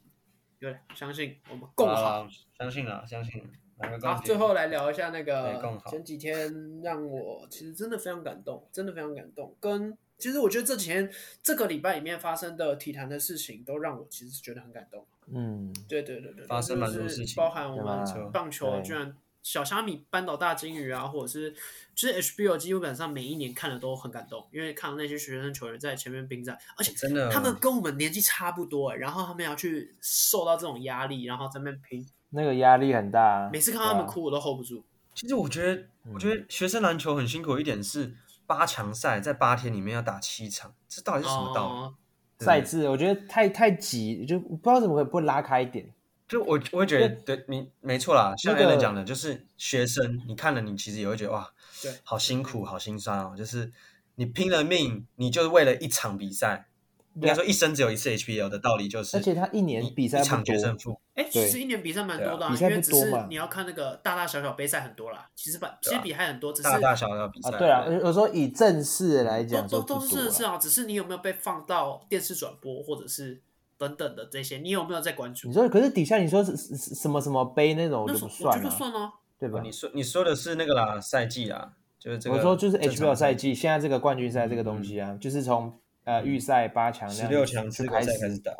[SPEAKER 2] 对，相信我们共好。
[SPEAKER 3] 好啊啦，相信了，相信了，哪个
[SPEAKER 2] 好，
[SPEAKER 3] 更
[SPEAKER 2] 最后来聊一下那
[SPEAKER 3] 对更
[SPEAKER 2] 个
[SPEAKER 3] 好
[SPEAKER 2] 前几天让我其实真的非常感动，真的非常感动。跟其实我觉得这几天这个礼拜里面发生的体坛的事情，都让我其实觉得很感动。
[SPEAKER 1] 嗯，
[SPEAKER 2] 对对对对，
[SPEAKER 3] 发生蛮多
[SPEAKER 2] 就是
[SPEAKER 3] 事情
[SPEAKER 2] 包含我
[SPEAKER 1] 对
[SPEAKER 2] 们
[SPEAKER 1] 吧
[SPEAKER 2] 棒球啊
[SPEAKER 1] 对
[SPEAKER 2] 居然小虾米扳倒大金鱼啊，或者是就是 HBO 基本上每一年看的都很感动，因为看到那些学生球员在前面兵战，而且
[SPEAKER 3] 真的
[SPEAKER 2] 他们跟我们年纪差不多、欸，然后他们要去受到这种压力，然后在那边拼，
[SPEAKER 1] 那个压力很大，
[SPEAKER 2] 每次看到他们
[SPEAKER 1] 对啊，
[SPEAKER 2] 哭我都 hold 不住。
[SPEAKER 3] 其实我觉得，我觉得学生篮球很辛苦的一点是，八强赛在八天里面要打七场，这到底是什么道理？
[SPEAKER 2] 哦
[SPEAKER 3] 对不对
[SPEAKER 1] 嗯赛制我觉得太太挤，就不知道怎么会不拉开一点，
[SPEAKER 3] 就我我会觉得，对你没错啦，像
[SPEAKER 1] 那个
[SPEAKER 3] Alan 讲的，就是学生，你看了你其实也会觉得哇，
[SPEAKER 2] 对
[SPEAKER 3] 好辛苦，好心酸哦。就是你拼了命，你就是为了一场比赛，应
[SPEAKER 1] 对
[SPEAKER 3] 该
[SPEAKER 1] 啊
[SPEAKER 3] 说一生只有一次 HBL 的道理就是，
[SPEAKER 1] 而且他一年
[SPEAKER 3] 你
[SPEAKER 1] 比赛
[SPEAKER 3] 一
[SPEAKER 1] 不
[SPEAKER 3] 场决
[SPEAKER 1] 多
[SPEAKER 3] 胜负，
[SPEAKER 2] 哎，其实一年比赛蛮多的、
[SPEAKER 1] 对啊比
[SPEAKER 2] 因
[SPEAKER 1] 赛
[SPEAKER 2] 为
[SPEAKER 1] 不
[SPEAKER 2] 只
[SPEAKER 1] 多
[SPEAKER 2] 是
[SPEAKER 1] 嘛
[SPEAKER 2] 你要看那个大大小小杯赛很多啦，其实把其
[SPEAKER 3] 对啊
[SPEAKER 2] 实比还很多，只是
[SPEAKER 3] 大大小小的比赛。
[SPEAKER 1] 啊，对啊，我说以正式来
[SPEAKER 2] 都
[SPEAKER 1] 讲
[SPEAKER 2] 都
[SPEAKER 1] 说
[SPEAKER 2] 都
[SPEAKER 1] 不
[SPEAKER 2] 是
[SPEAKER 1] 多
[SPEAKER 2] 正
[SPEAKER 1] 啊
[SPEAKER 2] 式啊，只是你有没有被放到电视转播或者是等等的这些，你有没有在关注
[SPEAKER 1] 你？说可是底下你说是是是什么什么杯那种我
[SPEAKER 2] 那
[SPEAKER 1] 就
[SPEAKER 2] 时
[SPEAKER 1] 不
[SPEAKER 2] 候我觉
[SPEAKER 1] 算
[SPEAKER 2] 得
[SPEAKER 1] 了，
[SPEAKER 2] 算哦，
[SPEAKER 1] 对吧
[SPEAKER 3] 你？说你说的是那个啦，赛季啦，就是这个
[SPEAKER 1] 我说就是
[SPEAKER 3] 正常
[SPEAKER 1] HBL 赛季，现在这个冠军赛这个东西啊，就是从呃预赛八强那
[SPEAKER 3] 十
[SPEAKER 1] 样
[SPEAKER 3] 六强资
[SPEAKER 1] 就
[SPEAKER 3] 格
[SPEAKER 1] 开
[SPEAKER 3] 赛开始
[SPEAKER 1] 始。
[SPEAKER 3] 打，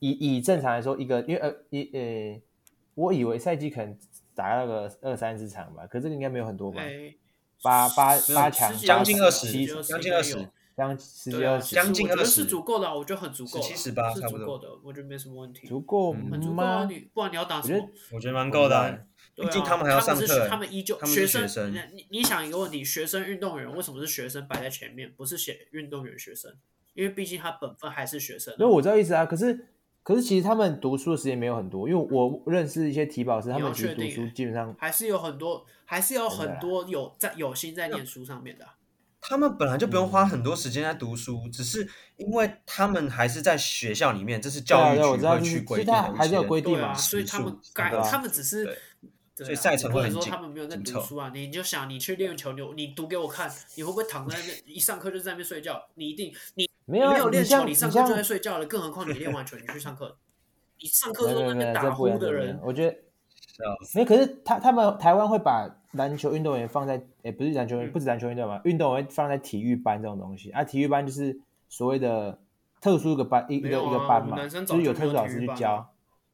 [SPEAKER 1] 以以正常来说，一个因为呃一呃，我以为赛季可能打那个二三十场吧，可这个应该没有很多吧，
[SPEAKER 2] 哎，
[SPEAKER 1] 八八
[SPEAKER 2] 十
[SPEAKER 1] 八强
[SPEAKER 2] 十几
[SPEAKER 3] 将近
[SPEAKER 2] 二
[SPEAKER 3] 20
[SPEAKER 2] 几
[SPEAKER 1] 七
[SPEAKER 2] 二十
[SPEAKER 3] 将近
[SPEAKER 2] 应该有
[SPEAKER 3] 20
[SPEAKER 1] 将十几
[SPEAKER 2] 对啊，
[SPEAKER 1] 二
[SPEAKER 2] 其
[SPEAKER 1] 十
[SPEAKER 2] 实
[SPEAKER 3] 将近
[SPEAKER 2] 我觉得
[SPEAKER 3] 20
[SPEAKER 2] 是足够的啊，我觉得很足够了，
[SPEAKER 3] 17 18
[SPEAKER 2] 是
[SPEAKER 3] 差
[SPEAKER 2] 足
[SPEAKER 3] 不多
[SPEAKER 2] 够的，我觉得没什么问题，
[SPEAKER 1] 足够
[SPEAKER 2] 很足够啊，
[SPEAKER 1] 吗？
[SPEAKER 2] 你不然你要打什
[SPEAKER 1] 觉得
[SPEAKER 2] 么？
[SPEAKER 3] 我觉得蛮够的啊、
[SPEAKER 1] 我觉
[SPEAKER 2] 对
[SPEAKER 3] 毕
[SPEAKER 2] 啊
[SPEAKER 3] 竟他们还要上
[SPEAKER 2] 是
[SPEAKER 3] 课、
[SPEAKER 2] 他们依旧
[SPEAKER 3] 他们是学
[SPEAKER 2] 生
[SPEAKER 3] 生。
[SPEAKER 2] 你你想一个问题，学生运动员为什么是学生摆在前面，不是写运动员学生？因为毕竟他本分还是学生啊。
[SPEAKER 1] 所以我知道意思啊，可是可是其实他们读书的时间没有很多，因为我认识一些体保生，他
[SPEAKER 2] 你要
[SPEAKER 1] 们其实
[SPEAKER 2] 确定欸
[SPEAKER 1] 读书基本上
[SPEAKER 2] 还是有很多，还是有
[SPEAKER 1] 真的啊
[SPEAKER 2] 很
[SPEAKER 1] 啦
[SPEAKER 2] 多有在有心在念书上面的啊、
[SPEAKER 3] 他们本来就不用花很多时间在读书，只是因为他们还是在学校里面，这是
[SPEAKER 1] 对
[SPEAKER 3] 教
[SPEAKER 1] 啊
[SPEAKER 3] 育
[SPEAKER 1] 对啊，
[SPEAKER 3] 局
[SPEAKER 1] 我知道，
[SPEAKER 3] 会
[SPEAKER 1] 就是
[SPEAKER 3] 去
[SPEAKER 1] 就
[SPEAKER 3] 规
[SPEAKER 1] 是
[SPEAKER 3] 定
[SPEAKER 1] 他
[SPEAKER 3] 的
[SPEAKER 1] 还
[SPEAKER 3] 一
[SPEAKER 1] 是有规
[SPEAKER 3] 些。
[SPEAKER 1] 定
[SPEAKER 2] 对
[SPEAKER 1] 嘛
[SPEAKER 2] 啊，，所以
[SPEAKER 3] 时
[SPEAKER 2] 他们
[SPEAKER 3] 速
[SPEAKER 2] 该
[SPEAKER 3] 对啊
[SPEAKER 2] 他们只是
[SPEAKER 3] 对，
[SPEAKER 2] 对啊
[SPEAKER 3] 所以赛程
[SPEAKER 2] 你不
[SPEAKER 3] 会
[SPEAKER 2] 能
[SPEAKER 3] 很
[SPEAKER 2] 说
[SPEAKER 3] 紧
[SPEAKER 2] 他们没有在
[SPEAKER 3] 紧
[SPEAKER 2] 读
[SPEAKER 3] 凑
[SPEAKER 2] 书啊。你就想你去练球，你你读给我看，你会不会躺在那一上课就在那边睡觉？你一定你
[SPEAKER 1] 没
[SPEAKER 2] 你
[SPEAKER 1] 有
[SPEAKER 2] 没
[SPEAKER 1] 啊
[SPEAKER 2] 有练
[SPEAKER 1] 你像
[SPEAKER 2] 球，你
[SPEAKER 1] 你
[SPEAKER 2] 上
[SPEAKER 1] 像
[SPEAKER 2] 课就在睡觉了，更何况你练完球你去上课，你上课
[SPEAKER 1] 没
[SPEAKER 2] 都
[SPEAKER 1] 有
[SPEAKER 2] 在
[SPEAKER 1] 没
[SPEAKER 2] 那边
[SPEAKER 1] 有没有，
[SPEAKER 2] 打
[SPEAKER 1] 这不
[SPEAKER 2] 呼
[SPEAKER 1] 一
[SPEAKER 2] 的
[SPEAKER 1] 样这不一
[SPEAKER 2] 人
[SPEAKER 1] 样，我觉得
[SPEAKER 3] 笑死
[SPEAKER 1] 没有，可是他他们台湾会把篮球运动员放在，诶，不是篮球员，
[SPEAKER 2] 嗯
[SPEAKER 1] 不止篮球运动员嘛，运动员会放在体育班这种东西啊。体育班就是所谓的特殊一个班，一一
[SPEAKER 2] 没
[SPEAKER 1] 个
[SPEAKER 2] 有啊
[SPEAKER 1] 一个班
[SPEAKER 2] 我们
[SPEAKER 1] 嘛，
[SPEAKER 2] 男生早
[SPEAKER 1] 就是有特殊老师
[SPEAKER 2] 就没有体育
[SPEAKER 1] 去
[SPEAKER 2] 班啊
[SPEAKER 1] 教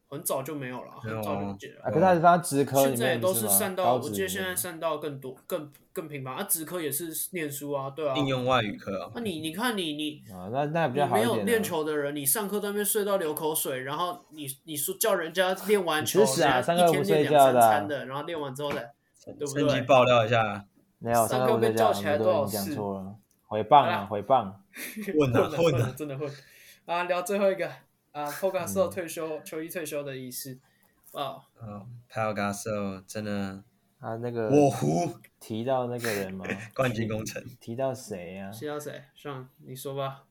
[SPEAKER 2] 很早就没有了，很
[SPEAKER 3] 没有
[SPEAKER 2] 早就
[SPEAKER 3] 啊
[SPEAKER 2] 不见了。
[SPEAKER 1] 啊。可是他是放在职科
[SPEAKER 2] 现
[SPEAKER 1] 里
[SPEAKER 2] 在也
[SPEAKER 1] 面，
[SPEAKER 2] 都
[SPEAKER 1] 不
[SPEAKER 2] 是
[SPEAKER 1] 吗？
[SPEAKER 2] 散到，
[SPEAKER 1] 高
[SPEAKER 2] 我
[SPEAKER 1] 职
[SPEAKER 2] 记得现
[SPEAKER 1] 里
[SPEAKER 2] 在
[SPEAKER 1] 面
[SPEAKER 2] 散到更多、更更频繁。啊，职科也是念书啊，对啊。
[SPEAKER 3] 应用外语课啊
[SPEAKER 2] 那、，你你看你你
[SPEAKER 1] 啊，那那比
[SPEAKER 2] 你
[SPEAKER 1] 较好
[SPEAKER 2] 没
[SPEAKER 1] 一
[SPEAKER 2] 有
[SPEAKER 1] 点。啊
[SPEAKER 2] 练，球的人，你上课在那边睡到流口水，然后你你说叫人家练完球，
[SPEAKER 1] 你吃屎啊
[SPEAKER 2] 人家
[SPEAKER 1] 上
[SPEAKER 2] 一天
[SPEAKER 1] 课不
[SPEAKER 2] 练
[SPEAKER 1] 睡
[SPEAKER 2] 两
[SPEAKER 1] 觉的啊
[SPEAKER 2] 三餐的，然后练完之后 再。对不对
[SPEAKER 3] 趁机爆料一下，
[SPEAKER 1] 没有，
[SPEAKER 2] 上
[SPEAKER 1] 上
[SPEAKER 2] 课
[SPEAKER 1] 课我
[SPEAKER 2] 被
[SPEAKER 1] 在
[SPEAKER 2] 叫
[SPEAKER 1] 讲，
[SPEAKER 2] 起
[SPEAKER 1] 很
[SPEAKER 2] 来
[SPEAKER 1] 多
[SPEAKER 2] 多少
[SPEAKER 1] 人讲
[SPEAKER 2] 次
[SPEAKER 1] 错了，回谤
[SPEAKER 2] 好啦
[SPEAKER 1] 啊，回谤。
[SPEAKER 3] 混啊
[SPEAKER 2] 的
[SPEAKER 3] 混
[SPEAKER 2] 的
[SPEAKER 3] 啊，
[SPEAKER 2] 真的混啊！聊最后一个啊 p o
[SPEAKER 1] 嗯
[SPEAKER 2] g a s o 退休，球衣退休的意思啊，
[SPEAKER 3] 嗯 p a l g a s o 真的，
[SPEAKER 1] 啊，那个
[SPEAKER 3] 我胡
[SPEAKER 1] 提到那个人嘛，
[SPEAKER 3] 冠军工程，
[SPEAKER 1] 提到谁啊呀？
[SPEAKER 2] 提到谁？上你说吧，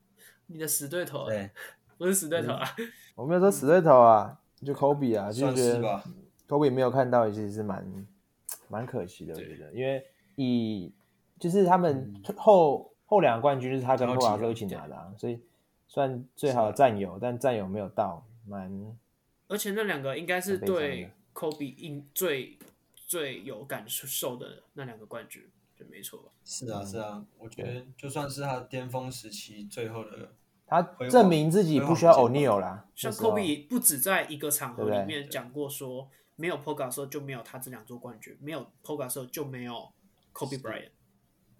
[SPEAKER 2] 你的死对头啊，
[SPEAKER 3] 对，
[SPEAKER 2] 不是死对头
[SPEAKER 1] 嗯
[SPEAKER 2] 啊，
[SPEAKER 1] 我没有说死对头啊，就科比啊，就
[SPEAKER 3] 算
[SPEAKER 1] 觉
[SPEAKER 3] 是
[SPEAKER 1] 得。
[SPEAKER 3] 吧。
[SPEAKER 1] 科比没有看到，其实是蛮蛮可惜的，我
[SPEAKER 2] 对
[SPEAKER 1] 觉得，因为以就是他们后、后两个冠军就是他跟
[SPEAKER 3] 嗯超
[SPEAKER 1] 布
[SPEAKER 3] 级
[SPEAKER 1] 瓦
[SPEAKER 3] 的
[SPEAKER 1] 克一起拿的、啊，所以算最好的
[SPEAKER 3] 啊
[SPEAKER 1] 战友，但战友没有到，蛮
[SPEAKER 2] 而且那两个应该是
[SPEAKER 1] 很悲伤
[SPEAKER 2] 对
[SPEAKER 1] 的
[SPEAKER 2] Kobe 印最最有感受的那两个冠军，就没错吧？
[SPEAKER 3] 是啊，是啊，我觉得就算是他巅峰时期最后的，
[SPEAKER 1] 他
[SPEAKER 3] 辉煌
[SPEAKER 1] 证明自己不需要
[SPEAKER 3] 辉
[SPEAKER 1] 欧
[SPEAKER 3] 煌
[SPEAKER 1] 尼尔啦，
[SPEAKER 2] 像
[SPEAKER 1] 那时候
[SPEAKER 2] Kobe 不止在一个场合
[SPEAKER 1] 对不对
[SPEAKER 2] 里面讲过说，没有 p o g a s o 就没有他这两座冠军，没有 p o g a s o 就没有 Kobe Bryant，